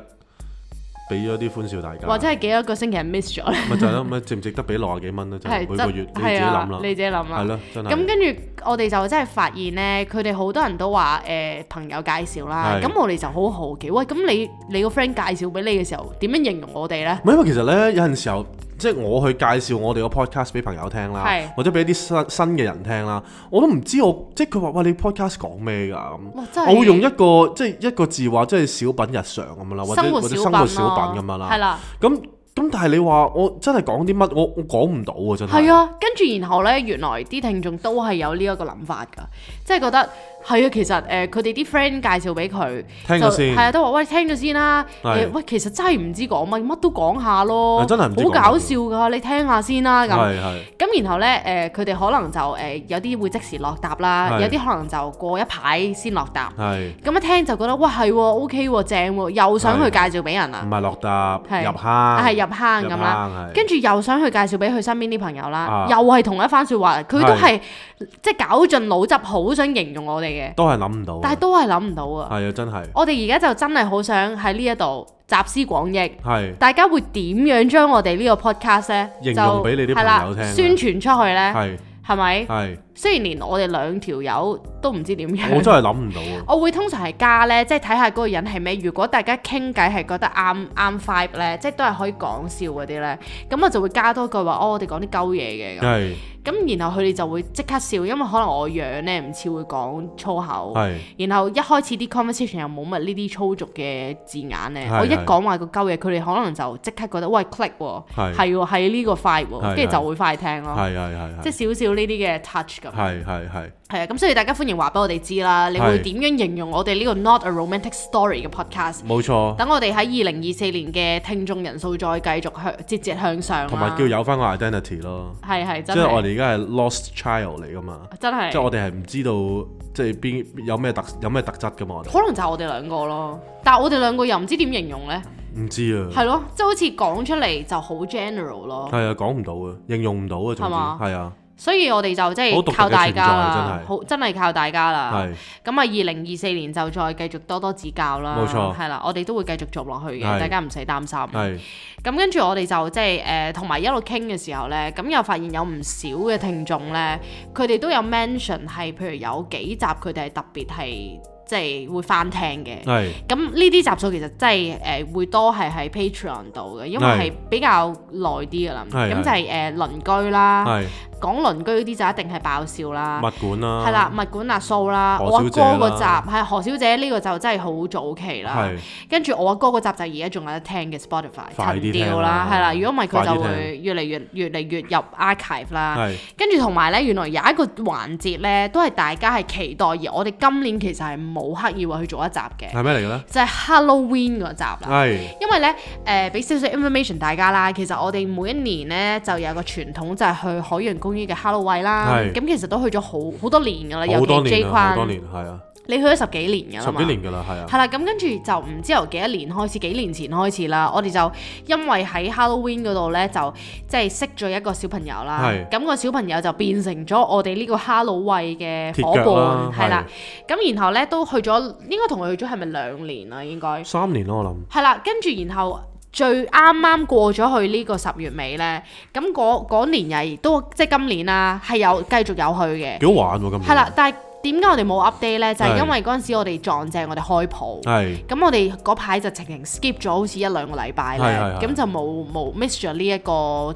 Speaker 3: 俾咗啲歡笑大家，
Speaker 2: 或者係幾多個星期係 miss 咗咧，
Speaker 3: 咪就係咯，咪值唔值得俾六啊幾蚊咧？真係
Speaker 2: 係
Speaker 3: 每個月你自己
Speaker 2: 係啊
Speaker 3: 諗啦，
Speaker 2: 你自己諗
Speaker 3: 係
Speaker 2: 啦。
Speaker 3: 咯，真
Speaker 2: 咁跟
Speaker 3: 係
Speaker 2: 住我哋就真係發現咧，佢哋好多人都話誒、呃朋友介紹啦，
Speaker 3: 係
Speaker 2: 咁我哋就好好奇，喂，咁你你個 friend 介紹俾你嘅時候，點樣形容我哋咧？
Speaker 3: 唔係因為其實咧，有陣時候即係我去介紹我哋個 podcast 俾朋友聽啦
Speaker 2: 係，
Speaker 3: 或者俾一啲新新嘅人聽啦，我都唔知我即係佢話喂你 podcast 講咩㗎咁。
Speaker 2: 哇，真係
Speaker 3: 我會用一個即係一個字話，即係小品日常咁樣啦，或者
Speaker 2: 生活
Speaker 3: 或者生活小
Speaker 2: 咯
Speaker 3: 品咁樣
Speaker 2: 係
Speaker 3: 啦。
Speaker 2: 啦。
Speaker 3: 咁咁但係你話我真係講啲乜，我我講唔到啊！真
Speaker 2: 係
Speaker 3: 係。
Speaker 2: 啊，跟住然後呢，原來啲聽眾都係有呢一個諗法㗎，即係覺得係啊，其實誒佢哋啲 friend 介紹俾佢，
Speaker 3: 聽
Speaker 2: 就
Speaker 3: 咗先
Speaker 2: 係啊，都話喂聽咗先啦，
Speaker 3: 係啊
Speaker 2: 誒喂其實真係唔知講乜，乜都講下咯，
Speaker 3: 係真係唔知
Speaker 2: 好
Speaker 3: 講乜
Speaker 2: 搞笑㗎，你聽下先啦咁。
Speaker 3: 係係
Speaker 2: 咁然後呢，誒佢哋可能就誒、呃有啲會即時落答啦，
Speaker 3: 係
Speaker 2: 有啲可能就過一排先落答。
Speaker 3: 係，
Speaker 2: 咁一聽就覺得哇係喎 OK 喎正喎，又想去介紹俾人啊
Speaker 3: 唔
Speaker 2: 啦，
Speaker 3: 係落搭
Speaker 2: 係
Speaker 3: 入坑，
Speaker 2: 啊係
Speaker 3: 係
Speaker 2: 入坑咁啦。
Speaker 3: 啦
Speaker 2: 跟住又想去介紹俾佢身邊啲朋友啦，
Speaker 3: 啊
Speaker 2: 又係同一番説話，佢都係即係搞盡腦汁，好想形容我哋嘅，
Speaker 3: 都係諗唔到。啊
Speaker 2: 但係都係諗唔到啊！
Speaker 3: 係啊，真係
Speaker 2: 我哋而家就真係好想喺呢一度集思廣益，
Speaker 3: 係
Speaker 2: 大家會點樣將我哋呢個 podcast 咧
Speaker 3: 形
Speaker 2: 就
Speaker 3: 容俾你啲
Speaker 2: 係啦
Speaker 3: 朋友聽啊
Speaker 2: 宣傳出去呢？
Speaker 3: 係
Speaker 2: 係咪？
Speaker 3: 係，
Speaker 2: 雖然連我哋兩條友都唔知點
Speaker 3: 我
Speaker 2: 樣。
Speaker 3: 真係諗 唔到啊！
Speaker 2: 我會通常係加呢，即係睇下嗰個人係咩。如果大家傾偈係覺得啱啱 vibe 呢，即係都係可以講笑嗰啲呢，咁我就會加多句話，哦，我哋講啲鳩嘢嘅咁。
Speaker 3: 係
Speaker 2: 咁然後佢哋就會即刻笑，因為可能我樣咧唔似會講粗口，
Speaker 3: 係
Speaker 2: 然後一開始啲 conversation 又冇乜呢啲粗俗嘅字眼咧，
Speaker 3: 係
Speaker 2: 我一
Speaker 3: 係
Speaker 2: 講話個鳩嘢，佢哋可能就即刻覺得喂 click 喎，
Speaker 3: 係
Speaker 2: 係喎，係呢個快喎，
Speaker 3: 係
Speaker 2: 跟住
Speaker 3: 係
Speaker 2: 就會快聽咯，
Speaker 3: 係係係
Speaker 2: 即係
Speaker 3: 係
Speaker 2: 少少呢啲嘅 touch 咁。
Speaker 3: 係係係。
Speaker 2: 係啊，咁所以大家歡迎話俾我哋知啦，你會
Speaker 3: 係
Speaker 2: 點樣形容我哋呢個 Not a Romantic Story 嘅 podcast？
Speaker 3: 冇錯，
Speaker 2: 等我哋喺二零二四年嘅聽眾人數再繼續向節節向上啦
Speaker 3: 同埋叫有翻個 identity 咯，
Speaker 2: 係係
Speaker 3: 即
Speaker 2: 真
Speaker 3: 係我
Speaker 2: 係
Speaker 3: 哋而家係 lost child 嚟噶嘛，
Speaker 2: 真係
Speaker 3: 即係我哋係唔知道即係邊有咩特有咩特質噶嘛，我哋
Speaker 2: 可能就係我哋兩個咯，但係我哋兩個又唔知點形容呢，
Speaker 3: 唔知啊，
Speaker 2: 係咯，即係好似講出嚟就好 general 咯，
Speaker 3: 係啊，講唔到啊，形容唔到啊，總之
Speaker 2: 係嘛
Speaker 3: 係啊，
Speaker 2: 所以我哋就即
Speaker 3: 好
Speaker 2: 係
Speaker 3: 獨特嘅
Speaker 2: 靠大家
Speaker 3: 存在
Speaker 2: 啦
Speaker 3: 真係，
Speaker 2: 好真係靠大家啦。咁
Speaker 3: 係
Speaker 2: 啊，二零二四年就再繼續多多指教啦，
Speaker 3: 冇錯
Speaker 2: 係啦，我哋都會繼續做落去嘅，
Speaker 3: 係
Speaker 2: 大家唔使擔心。
Speaker 3: 係
Speaker 2: 咁跟住我哋就即係誒，同埋一路傾嘅時候呢，咁又發現有唔少嘅聽眾呢，佢哋都有 mention 係，譬如有幾集佢哋係特別係即係會翻聽嘅。
Speaker 3: 係
Speaker 2: 咁呢啲集數其實真係誒、呃、會多係喺 Patreon 度嘅，因為
Speaker 3: 係
Speaker 2: 係比較耐啲噶啦。
Speaker 3: 係
Speaker 2: 咁
Speaker 3: 係
Speaker 2: 就係、誒、鄰居啦，
Speaker 3: 係
Speaker 2: 講鄰居嗰啲就一定係爆笑啦。
Speaker 3: 物館啦，
Speaker 2: 啊係啦，，物管阿蘇啦，
Speaker 3: 啊何
Speaker 2: 我阿
Speaker 3: 小
Speaker 2: 哥
Speaker 3: 姐啦
Speaker 2: 嗰集係何小姐呢個就真係好早期啦。
Speaker 3: 係
Speaker 2: 跟住我阿哥嗰集就而家仲有得聽嘅 Spotify
Speaker 3: 快
Speaker 2: 沉
Speaker 3: 啲聽
Speaker 2: 掉
Speaker 3: 啦
Speaker 2: 啦，係啦。如果唔係
Speaker 3: 快
Speaker 2: 佢
Speaker 3: 啲
Speaker 2: 就會越嚟越越嚟越入 archive 啦。
Speaker 3: 係
Speaker 2: 跟住同埋咧，原來有一個環節咧，都係大家係期待，而我哋今年其實係冇刻意話去做一集嘅。
Speaker 3: 係咩嚟嘅咧？
Speaker 2: 就係 Halloween 嗰集啦。
Speaker 3: 係
Speaker 2: 因為咧，誒、俾少少 information 大家啦，其實我哋每一年咧就有個傳統就係去海洋公園嘅 Halloween 啦。
Speaker 3: 係
Speaker 2: 咁其實都去咗好好多年噶啦，尤
Speaker 3: 好多
Speaker 2: 其 J
Speaker 3: 年啦，好多
Speaker 2: 框，
Speaker 3: 年係啊，
Speaker 2: 你去咗十幾年噶
Speaker 3: 十
Speaker 2: 啦嘛
Speaker 3: 幾。年㗎啦，係啊，
Speaker 2: 係啦，咁跟住就唔知由幾多年開始，幾年前開始啦，我哋就因為喺 Halloween 嗰度呢，就即係識咗一個小朋友啦
Speaker 3: 係，
Speaker 2: 咁個小朋友就變成咗我哋呢個 Halloween 嘅伙
Speaker 3: 鐵腳啦
Speaker 2: 伴，係啦，咁然後呢，都去咗，應該同佢去咗係咪兩年啦？應該。
Speaker 3: 三年咯，我諗
Speaker 2: 係啦，跟住然後最啱啱過咗去呢個十月尾呢，咁嗰嗰年又係都即係今年啦，係有繼續有去嘅，
Speaker 3: 幾好玩喎，今年
Speaker 2: 係啦，，但係點解我哋冇 update 呢？就係、
Speaker 3: 係
Speaker 2: 因為嗰陣時我哋撞正我哋開鋪。
Speaker 3: 係
Speaker 2: 咁我哋嗰排就情情 skip 咗好似一兩個禮拜
Speaker 3: 係係
Speaker 2: 咧，
Speaker 3: 係
Speaker 2: 咁就冇冇 miss 咗呢一個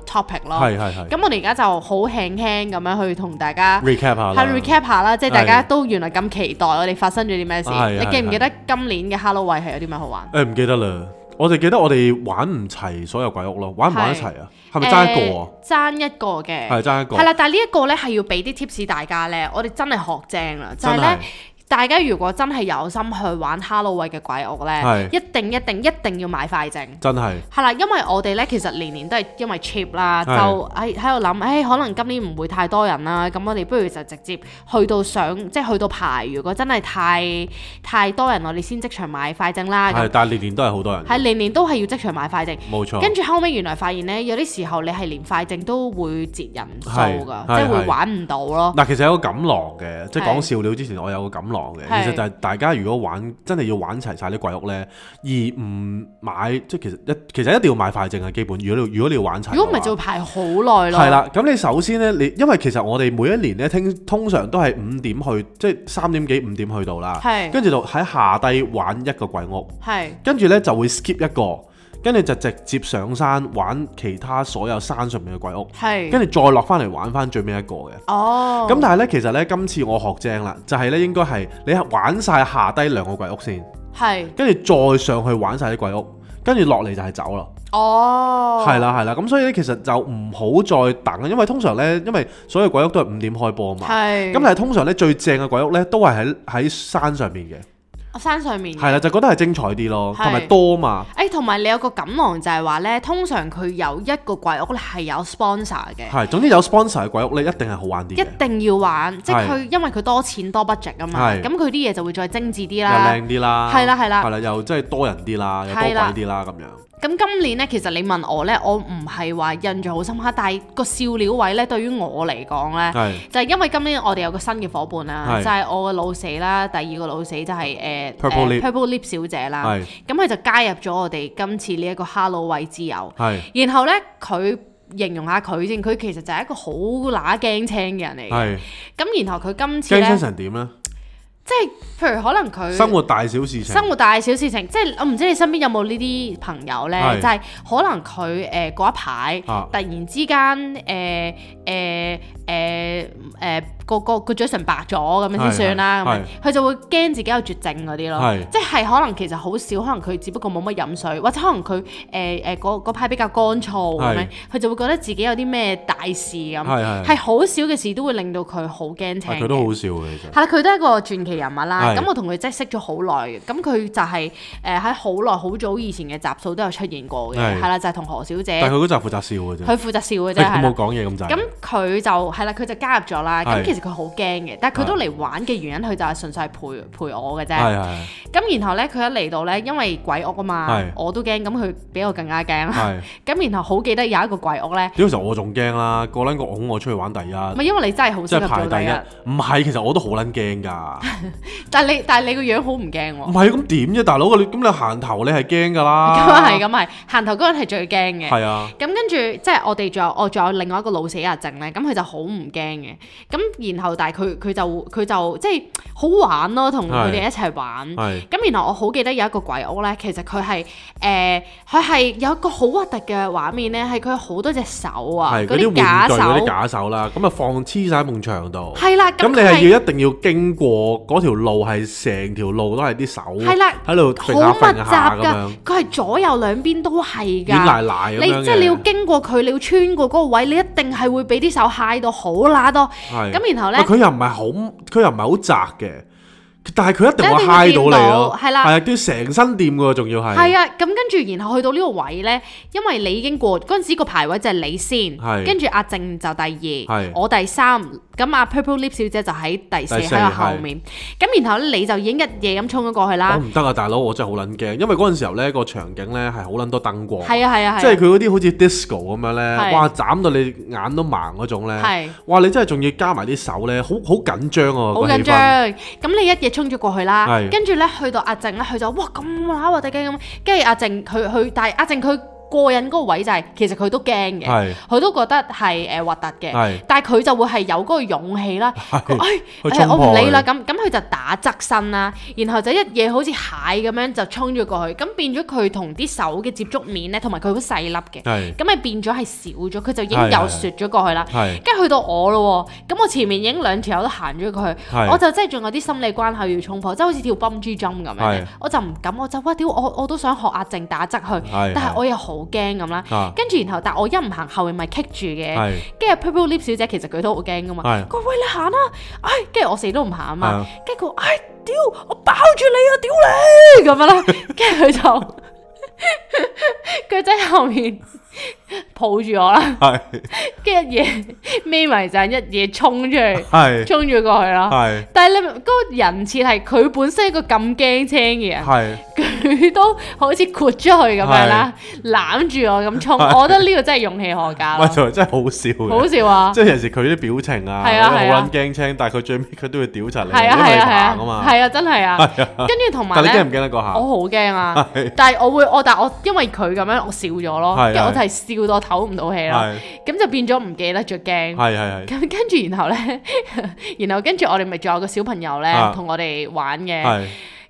Speaker 2: topic 咯。
Speaker 3: 係係係
Speaker 2: 哦咁我哋而家就好輕輕咁樣去同大家
Speaker 3: recap 下啦
Speaker 2: 係 recap 下啦，即係大家
Speaker 3: 係
Speaker 2: 都原來咁期待我哋發生咗啲咩事。
Speaker 3: 係係
Speaker 2: 你記唔記得
Speaker 3: 係
Speaker 2: 今年嘅 Halloween 係有啲咩好玩？
Speaker 3: 誒唔記得啦，我哋記得我哋玩唔齊所有鬼屋咯，玩唔玩得齊啊？係咪爭一個啊？
Speaker 2: 呃誒爭一個嘅，
Speaker 3: 係爭一個
Speaker 2: 係啦，但係呢一個咧係要俾啲 tips 大家咧，我哋真係學精啦，就係
Speaker 3: 真
Speaker 2: 咧
Speaker 3: 係。
Speaker 2: 大家如果真係有心去玩 Halloween 嘅鬼屋咧
Speaker 3: 係，
Speaker 2: 一定一定一定要買快證。
Speaker 3: 真係
Speaker 2: 係啦，因為我哋咧其實年年都係因為 cheap 啦，就
Speaker 3: 係
Speaker 2: 喺喺度諗，哎誒可能今年唔會太多人啦，咁我哋不如就直接去到上，即係去到排。如果真係太太多人，我哋先即場買快證啦。
Speaker 3: 係，
Speaker 2: 咁
Speaker 3: 但係年年都係好多人，
Speaker 2: 係年年都係要即場買快證。
Speaker 3: 冇錯，
Speaker 2: 跟住後尾原來發現咧，有啲時候你係連快證都會截人數
Speaker 3: 係
Speaker 2: 㗎，
Speaker 3: 係
Speaker 2: 即係會
Speaker 3: 係
Speaker 2: 玩唔到咯。
Speaker 3: 嗱，其實有個錦囊嘅，即係
Speaker 2: 係
Speaker 3: 講笑料之前，我有個錦囊嘅。
Speaker 2: 係
Speaker 3: 其實就係大家如果玩真係要玩齊晒啲鬼屋呢，而唔買，即係其實一其實一定要買快證係基本。如果你如果你要玩齊嘅話，
Speaker 2: 如果唔係就會排好耐咯。
Speaker 3: 係啦。咁你首先呢，你因為其實我哋每一年呢，聽通常都係五點去，即係三點幾五點去到啦。
Speaker 2: 係
Speaker 3: 跟住就喺下低玩一個鬼屋，
Speaker 2: 係
Speaker 3: 跟住呢就會 skip 一個，跟住就直接上山玩其他所有山上面嘅鬼屋，
Speaker 2: 係
Speaker 3: 跟住再落翻嚟玩翻最尾一個嘅。
Speaker 2: 哦。
Speaker 3: 咁但係咧，其實咧，今次我學精啦，就係咧應該係你玩晒下低兩個鬼屋先，
Speaker 2: 係
Speaker 3: 跟住再上去玩晒啲鬼屋，跟住落嚟就係走啦，
Speaker 2: 哦，
Speaker 3: 係啦係啦，咁所以咧其實就唔好再等，因為通常咧，因為所有鬼屋都係五點開播啊嘛，
Speaker 2: 係
Speaker 3: 咁但係通常咧最正嘅鬼屋咧都係喺喺山上面嘅，
Speaker 2: 山上面嘅
Speaker 3: 係啦，就覺得係精彩啲咯，
Speaker 2: 係
Speaker 3: 同埋多嘛，
Speaker 2: 誒，同埋你有個錦囊就係話咧，通常佢有一個鬼屋咧係有 sponsor 嘅，
Speaker 3: 係，總之有 sponsor 嘅鬼屋咧一定係好玩啲
Speaker 2: 一
Speaker 3: 嘅，
Speaker 2: 定要玩，即係
Speaker 3: 係
Speaker 2: 佢因為佢多錢多 budget 啊嘛，
Speaker 3: 係
Speaker 2: 咁佢啲嘢就會再精緻啲
Speaker 3: 又
Speaker 2: 啦。
Speaker 3: 靚啲啦，
Speaker 2: 係啦係啦
Speaker 3: 係啦，又真係多人啲啦，又多
Speaker 2: 係
Speaker 3: 鬼
Speaker 2: 啦
Speaker 3: 啲啦咁樣。
Speaker 2: 咁今年咧，其實你問我咧，我唔係話印象好深刻，但係個笑料位咧，對於我嚟講咧，
Speaker 3: 係
Speaker 2: 就係因為今年我哋有個新嘅伙伴啦，
Speaker 3: 係
Speaker 2: 就係我個老死啦，第二個老死就係誒
Speaker 3: Purple Lip
Speaker 2: Purple Lip 小姐啦，
Speaker 3: 係
Speaker 2: 咁佢就加入咗我哋今次呢一個 Hello 位之友，
Speaker 3: 係
Speaker 2: 然後咧佢。形容下佢先，佢其實就係一個好乸驚青嘅人嚟嘅。
Speaker 3: 係。
Speaker 2: 咁然後佢今次
Speaker 3: 驚
Speaker 2: 咧
Speaker 3: 青，成點咧？
Speaker 2: 即係譬如可能佢
Speaker 3: 生活大小事情，
Speaker 2: 生活大小事情，即係我唔知你身邊有冇呢啲朋友呢？
Speaker 3: 係
Speaker 2: 就係可能佢誒嗰一排、
Speaker 3: 啊
Speaker 2: 突然之間呃誒誒誒誒呃個個個嘴唇白咗咁樣先算啦，咁
Speaker 3: 係
Speaker 2: 樣佢就會驚自己有絕症嗰啲咯
Speaker 3: 係，
Speaker 2: 即係可能其實好少，可能佢只不過冇乜飲水，或者可能佢誒誒嗰嗰排比較乾燥咁樣
Speaker 3: 係，
Speaker 2: 佢就會覺得自己有啲咩大事咁，
Speaker 3: 係係
Speaker 2: 係好少嘅事都會令到佢好驚青
Speaker 3: 啊
Speaker 2: 嘅。
Speaker 3: 佢都好笑嘅，其實
Speaker 2: 係啦，佢都係一個傳奇人物啦。
Speaker 3: 係
Speaker 2: 咁我同佢真係識咗好耐嘅，咁佢就係誒喺好耐好早以前嘅集數都有出現過嘅，
Speaker 3: 係
Speaker 2: 係啦，就係同何小姐
Speaker 3: 但係佢嗰集負責笑嘅啫，
Speaker 2: 佢負責笑嘅啫，
Speaker 3: 佢
Speaker 2: 係
Speaker 3: 冇
Speaker 2: 啦。
Speaker 3: 講嘢咁滯。
Speaker 2: 咁佢就係啦，佢就加入咗啦。咁
Speaker 3: 係
Speaker 2: 其實其實佢好驚嘅，但係佢都嚟玩嘅原因，佢就係純粹係陪陪我嘅啫。
Speaker 3: 係係
Speaker 2: 咁然後咧，佢一嚟到咧，因為鬼屋啊嘛
Speaker 3: 係，
Speaker 2: 我都驚，咁佢比我更加驚啦。
Speaker 3: 係。
Speaker 2: 咁然後好記得有一個鬼屋咧，
Speaker 3: 屌，其實我仲驚啦，個撚個拱我出去玩第一，
Speaker 2: 咪因為你真係好
Speaker 3: 即
Speaker 2: 適合
Speaker 3: 係排
Speaker 2: 做
Speaker 3: 第
Speaker 2: 第一，
Speaker 3: 一。唔係，其實我都好撚驚 㗎。
Speaker 2: 但係你但係你個樣好唔驚喎，
Speaker 3: 唔係咁點啫，大佬你咁你行頭你係驚㗎啦。
Speaker 2: 咁啊係咁係，行頭嗰人係最驚嘅。
Speaker 3: 係啊，
Speaker 2: 咁跟住即係我哋仲有我仲有另外一個老死阿靜咧，咁佢就好唔驚嘅。咁然後但係佢佢就佢就即係好玩咯，同佢哋一齊玩。
Speaker 3: 係
Speaker 2: 咁然後我好記得有一個鬼屋咧，其實佢係誒佢係有一個好核突嘅畫面咧，係佢有好多隻手啊，
Speaker 3: 係
Speaker 2: 嗰
Speaker 3: 嗰啲
Speaker 2: 啲假
Speaker 3: 玩具嗰
Speaker 2: 手
Speaker 3: 啲，假手啦，咁啊放黐晒喺埲牆度。
Speaker 2: 係啦，
Speaker 3: 咁
Speaker 2: 咁
Speaker 3: 你
Speaker 2: 佢
Speaker 3: 係要一定要經過嗰條路，係成條路都係啲手
Speaker 2: 係啦
Speaker 3: 喺度揈
Speaker 2: 好
Speaker 3: 下
Speaker 2: 密
Speaker 3: 揈
Speaker 2: 集
Speaker 3: 下咁樣
Speaker 2: 㗎，，佢係左右兩邊都係
Speaker 3: 軟
Speaker 2: 㗎。
Speaker 3: 賴賴
Speaker 2: 你
Speaker 3: 咁樣
Speaker 2: 即係你要
Speaker 3: 嘅。
Speaker 2: 經過佢，你要穿過嗰個位，你一定係會俾啲手揩到好乸多。
Speaker 3: 係
Speaker 2: 咁然後咧
Speaker 3: 喂，佢又唔係好，佢又唔係好窄嘅，但係佢一定
Speaker 2: 你
Speaker 3: 會
Speaker 2: 一定會
Speaker 3: 揩到你
Speaker 2: 掂
Speaker 3: 咯
Speaker 2: 到，係啦
Speaker 3: 係啊，都要成身掂㗎喎，仲要係
Speaker 2: 係啊，咁跟住然後去到呢個位呢，因為你已經過嗰陣時個排位就係你先，
Speaker 3: 係
Speaker 2: 跟住阿靜就第
Speaker 3: 係
Speaker 2: 二，我第三，咁阿 Purple Lip 小姐就喺第四
Speaker 3: 第四
Speaker 2: 喺我後面，咁然後呢你就已經一夜咁衝咗過去
Speaker 3: 我
Speaker 2: 啦，
Speaker 3: 唔得啊，大佬，我真係好撚驚，因為嗰陣時候咧個場景咧係好撚多燈光，
Speaker 2: 係啊係啊
Speaker 3: 即係
Speaker 2: 係
Speaker 3: 佢嗰啲好似 disco 咁樣
Speaker 2: 係
Speaker 3: 咧，哇斬到你眼都盲嗰種
Speaker 2: 啊，
Speaker 3: 咧，
Speaker 2: 係
Speaker 3: 哇你真係仲要加埋啲手咧，好好緊張啊，
Speaker 2: 好
Speaker 3: 個
Speaker 2: 緊
Speaker 3: 氣氛，
Speaker 2: 張，咁你一夜衝咗過去啦，
Speaker 3: 係
Speaker 2: 跟住呢，去到阿靜呢，佢就哇咁乸核突嘅咁，跟住阿靜佢佢但係阿靜佢過癮嗰個位就係其實佢都驚嘅，
Speaker 3: 係
Speaker 2: 佢都覺得係誒核突嘅，
Speaker 3: 係
Speaker 2: 但係佢就會係有嗰個勇氣 啦。
Speaker 3: 係
Speaker 2: 哎
Speaker 3: 去
Speaker 2: 誒
Speaker 3: 衝
Speaker 2: 我唔
Speaker 3: 破
Speaker 2: 理啦，
Speaker 3: 佢，
Speaker 2: 咁咁佢就打側身啦，然後就一嘢好似蟹咁樣就衝咗過去，咁變咗佢同啲手嘅接觸面咧，同埋佢好細粒嘅，
Speaker 3: 係
Speaker 2: 咁咪變咗係少咗，佢就已經
Speaker 3: 係係
Speaker 2: 又
Speaker 3: 係
Speaker 2: 雪咗過去啦。
Speaker 3: 係
Speaker 2: 跟住去到我咯喎，咁我前面已經兩條友都行咗過去，
Speaker 3: 係
Speaker 2: 我就真係仲有啲心理關口要衝破，即係好似跳蹦珠 jump 咁樣嘅
Speaker 3: 係，
Speaker 2: 我就唔敢，我就哇屌，我我都想學阿靜打側去，
Speaker 3: 係
Speaker 2: 但係我又好驚咁啦。
Speaker 3: 啊
Speaker 2: 跟住然後，但我一唔行後面咪棘住嘅，
Speaker 3: 係
Speaker 2: 跟住 Purple Lip 小姐其實佢都好驚噶嘛，
Speaker 3: 係
Speaker 2: 佢話喂你行啦、唉，跟住我死都唔行啊
Speaker 3: 係
Speaker 2: 嘛
Speaker 3: 啊，
Speaker 2: 跟住佢話唉屌，我抱住你啊屌你咁樣啦，跟住佢就 佢真喺後面抱住我啦，
Speaker 3: 係
Speaker 2: 跟住一夜眯埋陣，一夜衝出 去，
Speaker 3: 係
Speaker 2: 衝咗過去啦。
Speaker 3: 係
Speaker 2: 但係你嗰、個人設係佢本身一個咁驚青嘅人，
Speaker 3: 係
Speaker 2: 佢都好似豁出去咁樣啦，攬住我咁衝，
Speaker 3: 係
Speaker 2: 我覺得呢個真係勇氣可嘉
Speaker 3: 喂
Speaker 2: 咯，
Speaker 3: 就真係好笑嘅
Speaker 2: 好。笑啊！
Speaker 3: 即係有時佢啲表情啊，
Speaker 2: 係啊係啊
Speaker 3: 好撚驚青，但係佢最尾佢都會屌柒你，
Speaker 2: 係啊
Speaker 3: 因為
Speaker 2: 係
Speaker 3: 你
Speaker 2: 啊係啊，
Speaker 3: 盲啊嘛。
Speaker 2: 係啊真係啊。跟住同埋
Speaker 3: 但你驚唔
Speaker 2: 咧，
Speaker 3: 驚得嗰
Speaker 2: 我
Speaker 3: 下？
Speaker 2: 好驚啊！
Speaker 3: 係
Speaker 2: 但係我會我但係我因為佢咁樣，我笑咗咯，
Speaker 3: 係
Speaker 2: 跟住我
Speaker 3: 係
Speaker 2: 就係笑到唞唔到氣啦，
Speaker 3: 係
Speaker 2: 咁就變咗唔記得咗
Speaker 3: 係
Speaker 2: 驚。
Speaker 3: 係係
Speaker 2: 咁跟住然後咧， 然後跟住我哋咪仲有個小朋友咧
Speaker 3: 啊
Speaker 2: 同我哋玩嘅，
Speaker 3: 係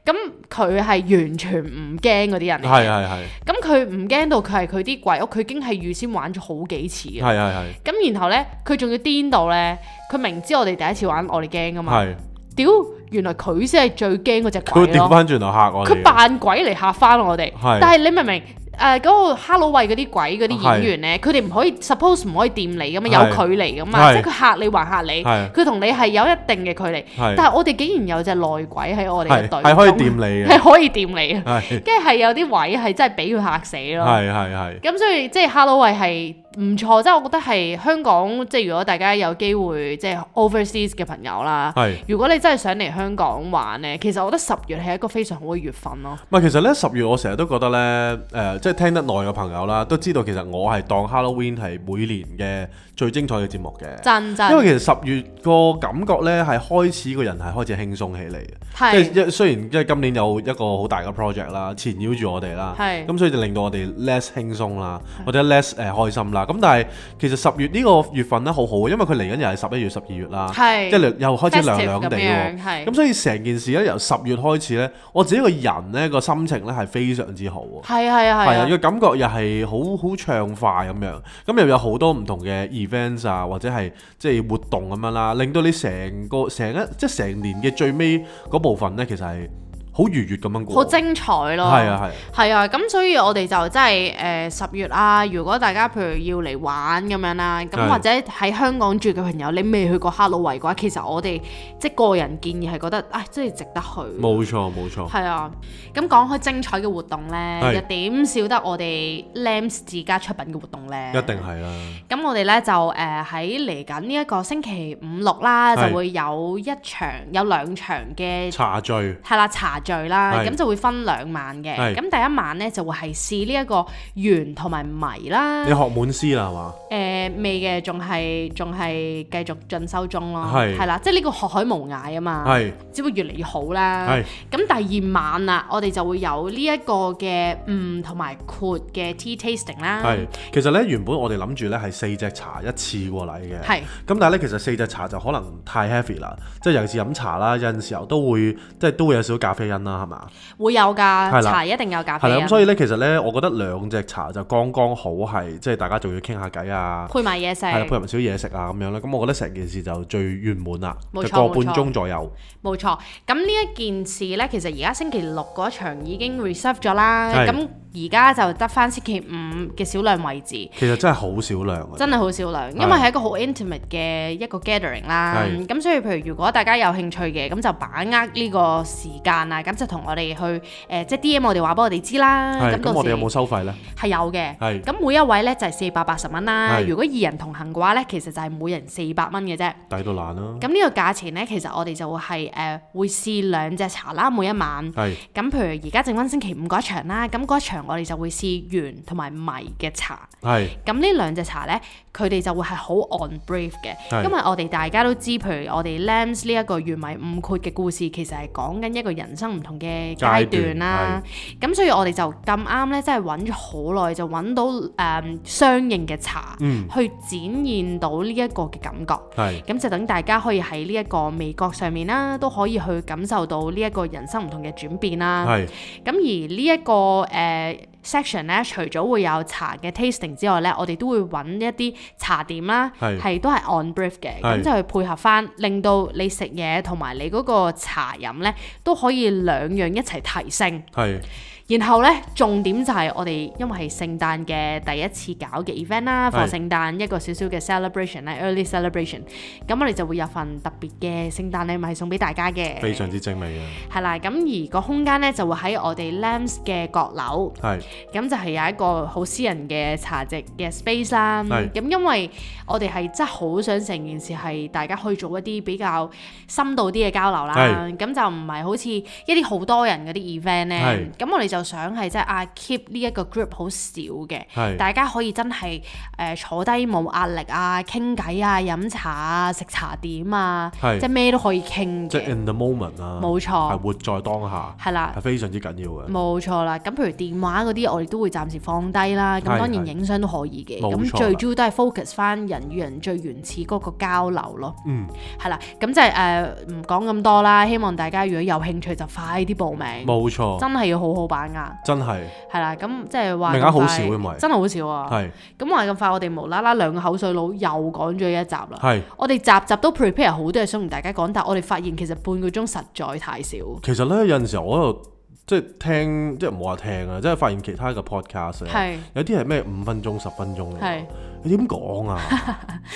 Speaker 2: 咁佢係完全唔驚嗰啲人嚟
Speaker 3: 係
Speaker 2: 嘅，
Speaker 3: 係係
Speaker 2: 咁佢唔驚到佢係佢啲鬼屋，佢已經係預先玩咗好幾次嘅。
Speaker 3: 係係
Speaker 2: 咁然後咧，佢仲要癲到咧，佢明知我哋第一次玩，我哋驚噶
Speaker 3: 係
Speaker 2: 啊嘛。
Speaker 3: 係，
Speaker 2: 屌，原來佢先係最驚嗰只
Speaker 3: 佢
Speaker 2: 鬼
Speaker 3: 會
Speaker 2: 咯
Speaker 3: 調。翻轉頭嚇我哋啊
Speaker 2: 佢
Speaker 3: 嘅。
Speaker 2: 扮鬼嚟嚇翻我哋，
Speaker 3: 係
Speaker 2: 但係你明唔明？誒嗰個哈佬喂嗰啲鬼嗰啲演員咧，佢哋唔可以 suppose 唔可以掂你噶嘛，有
Speaker 3: 係
Speaker 2: 距離噶嘛，即係
Speaker 3: 係
Speaker 2: 佢嚇你還嚇你，
Speaker 3: 係
Speaker 2: 佢同你係有一定嘅距離。
Speaker 3: 係
Speaker 2: 但係我哋竟然有隻內鬼喺我哋嘅
Speaker 3: 係
Speaker 2: 隊，
Speaker 3: 係可以掂，你 嘅，
Speaker 2: 係可以掂你嘅，
Speaker 3: 係
Speaker 2: 跟住係有啲位係真係俾佢嚇死咯。
Speaker 3: 係係係
Speaker 2: 咁所以即係哈佬喂係唔錯，即係我覺得係香港，即係如果大家有機會即係 overseas 嘅朋友啦。
Speaker 3: 係。
Speaker 2: 如果你真係想嚟香港玩呢，其實我覺得十月係一個非常好嘅月份咯。
Speaker 3: 唔係，其實咧十月我成日都覺得咧，誒、即係聽得耐嘅朋友啦，都知道其實我係當 Halloween 係每年嘅最精彩嘅節目嘅，
Speaker 2: 真真
Speaker 3: 因為其實十月個感覺咧係開始個人係開始輕鬆起嚟嘅。即
Speaker 2: 係
Speaker 3: 係一雖然即係今年有一個好大嘅 project 啦，纏繞住我哋啦，
Speaker 2: 係
Speaker 3: 咁所以就令到我哋 less 輕鬆啦，或者 less 誒、開心啦。咁但係其實十月呢個月份咧好好嘅，因為佢嚟緊又係十一月、十二月啦，
Speaker 2: 係
Speaker 3: 即係又開始涼
Speaker 2: Festive 咁
Speaker 3: 涼地喎
Speaker 2: 樣。係
Speaker 3: 咁所以成件事咧由十月開始咧，我自己個人咧個心情咧係非常之好喎。
Speaker 2: 係係啊
Speaker 3: 係啊，
Speaker 2: 係啊，
Speaker 3: 個感覺又係好好暢快咁樣，咁又有好多唔同嘅 events 啊，或者係即係活動咁樣啦，令到你成個成一即係成年嘅最尾嗰部分呢，其實係好好愉悅咁樣過。
Speaker 2: 好精彩咯。
Speaker 3: 係啊係啊，
Speaker 2: 係啊，咁所以我哋就真係誒十月啊，如果大家譬如要嚟玩咁樣啦，咁
Speaker 3: 係
Speaker 2: 或者喺香港住嘅朋友，你未去過哈魯維嘅話，其實我哋即係個人建議係覺得，唉、真係值得去。
Speaker 3: 冇錯冇錯，
Speaker 2: 係啊，咁講開精彩嘅活動呢，
Speaker 3: 係
Speaker 2: 又點少得我哋 Lams 自家出品嘅活動呢？
Speaker 3: 一定啊係啦。
Speaker 2: 咁我哋咧就誒喺嚟緊呢一個星期五六啦，
Speaker 3: 係
Speaker 2: 就會有一場有兩場嘅
Speaker 3: 茶聚
Speaker 2: 係啦茶聚啦，
Speaker 3: 係
Speaker 2: 咁就會分兩晚嘅。
Speaker 3: 係
Speaker 2: 咁第一晚咧就會係試呢一個圓同埋迷啦
Speaker 3: 你。學滿師啦係嘛？
Speaker 2: 誒、未嘅仲係仲係繼續進修中咯，
Speaker 3: 係
Speaker 2: 係啦，即係呢個學海無涯啊嘛，
Speaker 3: 係
Speaker 2: 只會越嚟越好啦
Speaker 3: 係。
Speaker 2: 咁第二晚啦，我哋就會有呢一個嘅嗯同埋括嘅 tea tasting 啦，
Speaker 3: 係。其實咧原本我哋諗住咧係四隻茶一次過嚟嘅。
Speaker 2: 係
Speaker 3: 咁但係咧，其實四隻茶就可能太 heavy 啦，即係尤其是飲茶啦，有陣時候都會即係都會有少少咖啡因啦，係嘛？
Speaker 2: 會有㗎，
Speaker 3: 啦
Speaker 2: 茶一定有咖
Speaker 3: 係
Speaker 2: 啡啊
Speaker 3: 啦，
Speaker 2: 因
Speaker 3: 咁所以咧，其實咧，我覺得兩隻茶就剛剛好係，即係大家仲要傾下偈啊，
Speaker 2: 配埋嘢食，
Speaker 3: 係啦，配合少少嘢食啊咁樣啦。咁我覺得成件事就最圓滿啦，
Speaker 2: 冇
Speaker 3: 就
Speaker 2: 錯
Speaker 3: 個半
Speaker 2: 冇錯
Speaker 3: 鐘左右。
Speaker 2: 冇錯。咁呢一件事呢，其實而家星期六嗰場已經 reserve 咗啦，
Speaker 3: 係
Speaker 2: 咁而家就得翻星期五嘅少量位置。
Speaker 3: 其實真係好少量啊，
Speaker 2: 真係好少量，因為
Speaker 3: 係
Speaker 2: 係一個好 intimate 嘅一個 gathering 啦。
Speaker 3: 係
Speaker 2: 咁所以譬如如果大家有興趣嘅，咁就把握呢個時間啊，咁就同我哋去誒、呃即係 DM 我哋話俾我哋知啦。
Speaker 3: 係咁
Speaker 2: 到
Speaker 3: 我哋
Speaker 2: 時
Speaker 3: 有冇收費呢？
Speaker 2: 係有嘅。
Speaker 3: 係
Speaker 2: 咁每一位呢就係四百八十蚊啦。
Speaker 3: 係
Speaker 2: 如果二人同行嘅話呢，其實就係每人四百蚊嘅啫。
Speaker 3: 抵到爛啦，
Speaker 2: 咁呢個價錢呢，其實我哋就會係誒、呃、會試兩隻茶啦，每一晚。
Speaker 3: 係
Speaker 2: 咁譬如而家剩翻星期五嗰一場啦，咁嗰一場我哋就會試圓同埋迷嘅茶。
Speaker 3: 係
Speaker 2: 咁呢兩隻茶呢，佢哋就會係好 on brief 嘅，
Speaker 3: 係
Speaker 2: 因為我哋大家都知，譬如我哋 Lambs 呢一個原迷誤括嘅故事，其實係講緊一個人生唔同嘅階段啦。咁所以我哋就咁啱呢，真係揾咗好耐，就揾到誒、嗯相應嘅茶，
Speaker 3: 嗯
Speaker 2: 去展現到呢一個嘅感覺。
Speaker 3: 係
Speaker 2: 咁就等大家可以喺呢一個味覺上面啦，都可以去感受到呢一個人生唔同嘅轉變啦。
Speaker 3: 係
Speaker 2: 咁而呢、一個誒、呃 section 咧，除咗會有茶嘅 tasting 之外咧，我哋都會揾一啲茶點啦，
Speaker 3: 係
Speaker 2: 係都係 on brief 嘅，
Speaker 3: 係
Speaker 2: 咁就去配合翻，令到你食嘢同埋你嗰個茶飲咧都可以兩樣一齊提升。
Speaker 3: 係
Speaker 2: 然後咧，重點就係我哋因為係聖誕嘅第一次搞嘅 event 啦，for
Speaker 3: 係
Speaker 2: 聖誕一個少少嘅 celebration 啦，early celebration，咁我哋就會有份特別嘅聖誕禮物係送俾大家嘅，
Speaker 3: 非常之精美啊嘅，
Speaker 2: 係啦，咁而個空間咧就會喺我哋 Lambs 嘅閣樓，
Speaker 3: 係
Speaker 2: 咁就係有一個好私人嘅茶席嘅 space 啦。
Speaker 3: 係
Speaker 2: 咁因為我哋係真係好想成件事係大家可以做一啲比較深度啲嘅交流啦。
Speaker 3: 係
Speaker 2: 咁就唔係好似一啲好多人嗰啲 event 咧
Speaker 3: 係。
Speaker 2: 咁我哋就想係即係啊 keep 呢一個 group 好少嘅。
Speaker 3: 係
Speaker 2: 大家可以真係誒、呃坐低冇壓力啊，傾偈啊，飲茶啊，食茶點啊，
Speaker 3: 係
Speaker 2: 即係咩都可以傾
Speaker 3: 即係
Speaker 2: 嘅，
Speaker 3: in the moment 啊，
Speaker 2: 冇
Speaker 3: 係
Speaker 2: 錯，
Speaker 3: 活在當下，
Speaker 2: 係啦。
Speaker 3: 係非常之緊要嘅。
Speaker 2: 冇錯啦，咁譬如電話嗰啲，我哋都會暫時放低啦。咁
Speaker 3: 係
Speaker 2: 當然
Speaker 3: 係
Speaker 2: 影相都可以嘅，
Speaker 3: 冇
Speaker 2: 咁
Speaker 3: 錯
Speaker 2: 最
Speaker 3: 啦
Speaker 2: 主要都係 focus 翻人與人最原始嗰個交流咯。
Speaker 3: 嗯，
Speaker 2: 係啦，咁就係誒唔講咁多啦。希望大家如果有興趣就快啲報名，
Speaker 3: 冇錯，
Speaker 2: 真係要好好把握。
Speaker 3: 真係
Speaker 2: 係啦，咁即係話
Speaker 3: 名額好
Speaker 2: 咁快
Speaker 3: 少因為
Speaker 2: 真係好少啊。
Speaker 3: 係
Speaker 2: 咁話咁快，我哋無啦啦兩個口水佬又講咗一集啦。
Speaker 3: 係。
Speaker 2: 我哋集集都 prepare 好多嘢想同大家講，但係我哋發現其實半個鐘實在太少。
Speaker 3: 其實咧有陣時候我喺度即係聽，即係唔好話聽啊，即係發現其他嘅 podcast 呢
Speaker 2: 係
Speaker 3: 有啲係咩五分鐘、十分鐘
Speaker 2: 係
Speaker 3: 嘅，。你點 講啊？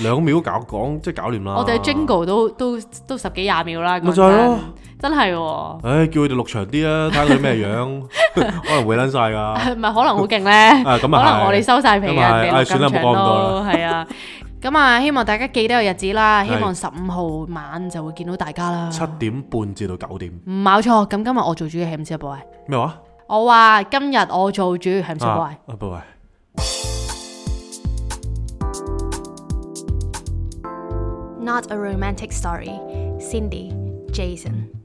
Speaker 3: 兩秒搞講即係搞掂啦。
Speaker 2: 我哋嘅 jingle 都都都十幾廿秒啦，
Speaker 3: 哦咪
Speaker 2: 講
Speaker 3: 就係咯
Speaker 2: 真，真係喎，
Speaker 3: 唉，叫佢哋錄長啲啊，睇下佢咩樣，可能會撚晒㗎。
Speaker 2: 唔係可能好勁咧，
Speaker 3: 啊，
Speaker 2: 可
Speaker 3: 咁啊係，
Speaker 2: 能我哋收晒皮
Speaker 3: 咁啊
Speaker 2: 啊，
Speaker 3: 係
Speaker 2: 人哋
Speaker 3: 唉
Speaker 2: 錄咁
Speaker 3: 算啦唔
Speaker 2: 長
Speaker 3: 講咁多
Speaker 2: 都係啊，咁啊希望大家記得個日子啦，
Speaker 3: 係
Speaker 2: 希望十五號晚就會見到大家啦，
Speaker 3: 七點半至到九點，
Speaker 2: 唔冇錯，咁今日我做主係唔知啊，各位，
Speaker 3: 咩話？
Speaker 2: 我話今日我做主係唔知啊，各位
Speaker 3: 啊，。啊拜拜。
Speaker 4: Not a romantic story. Cindy, Jason.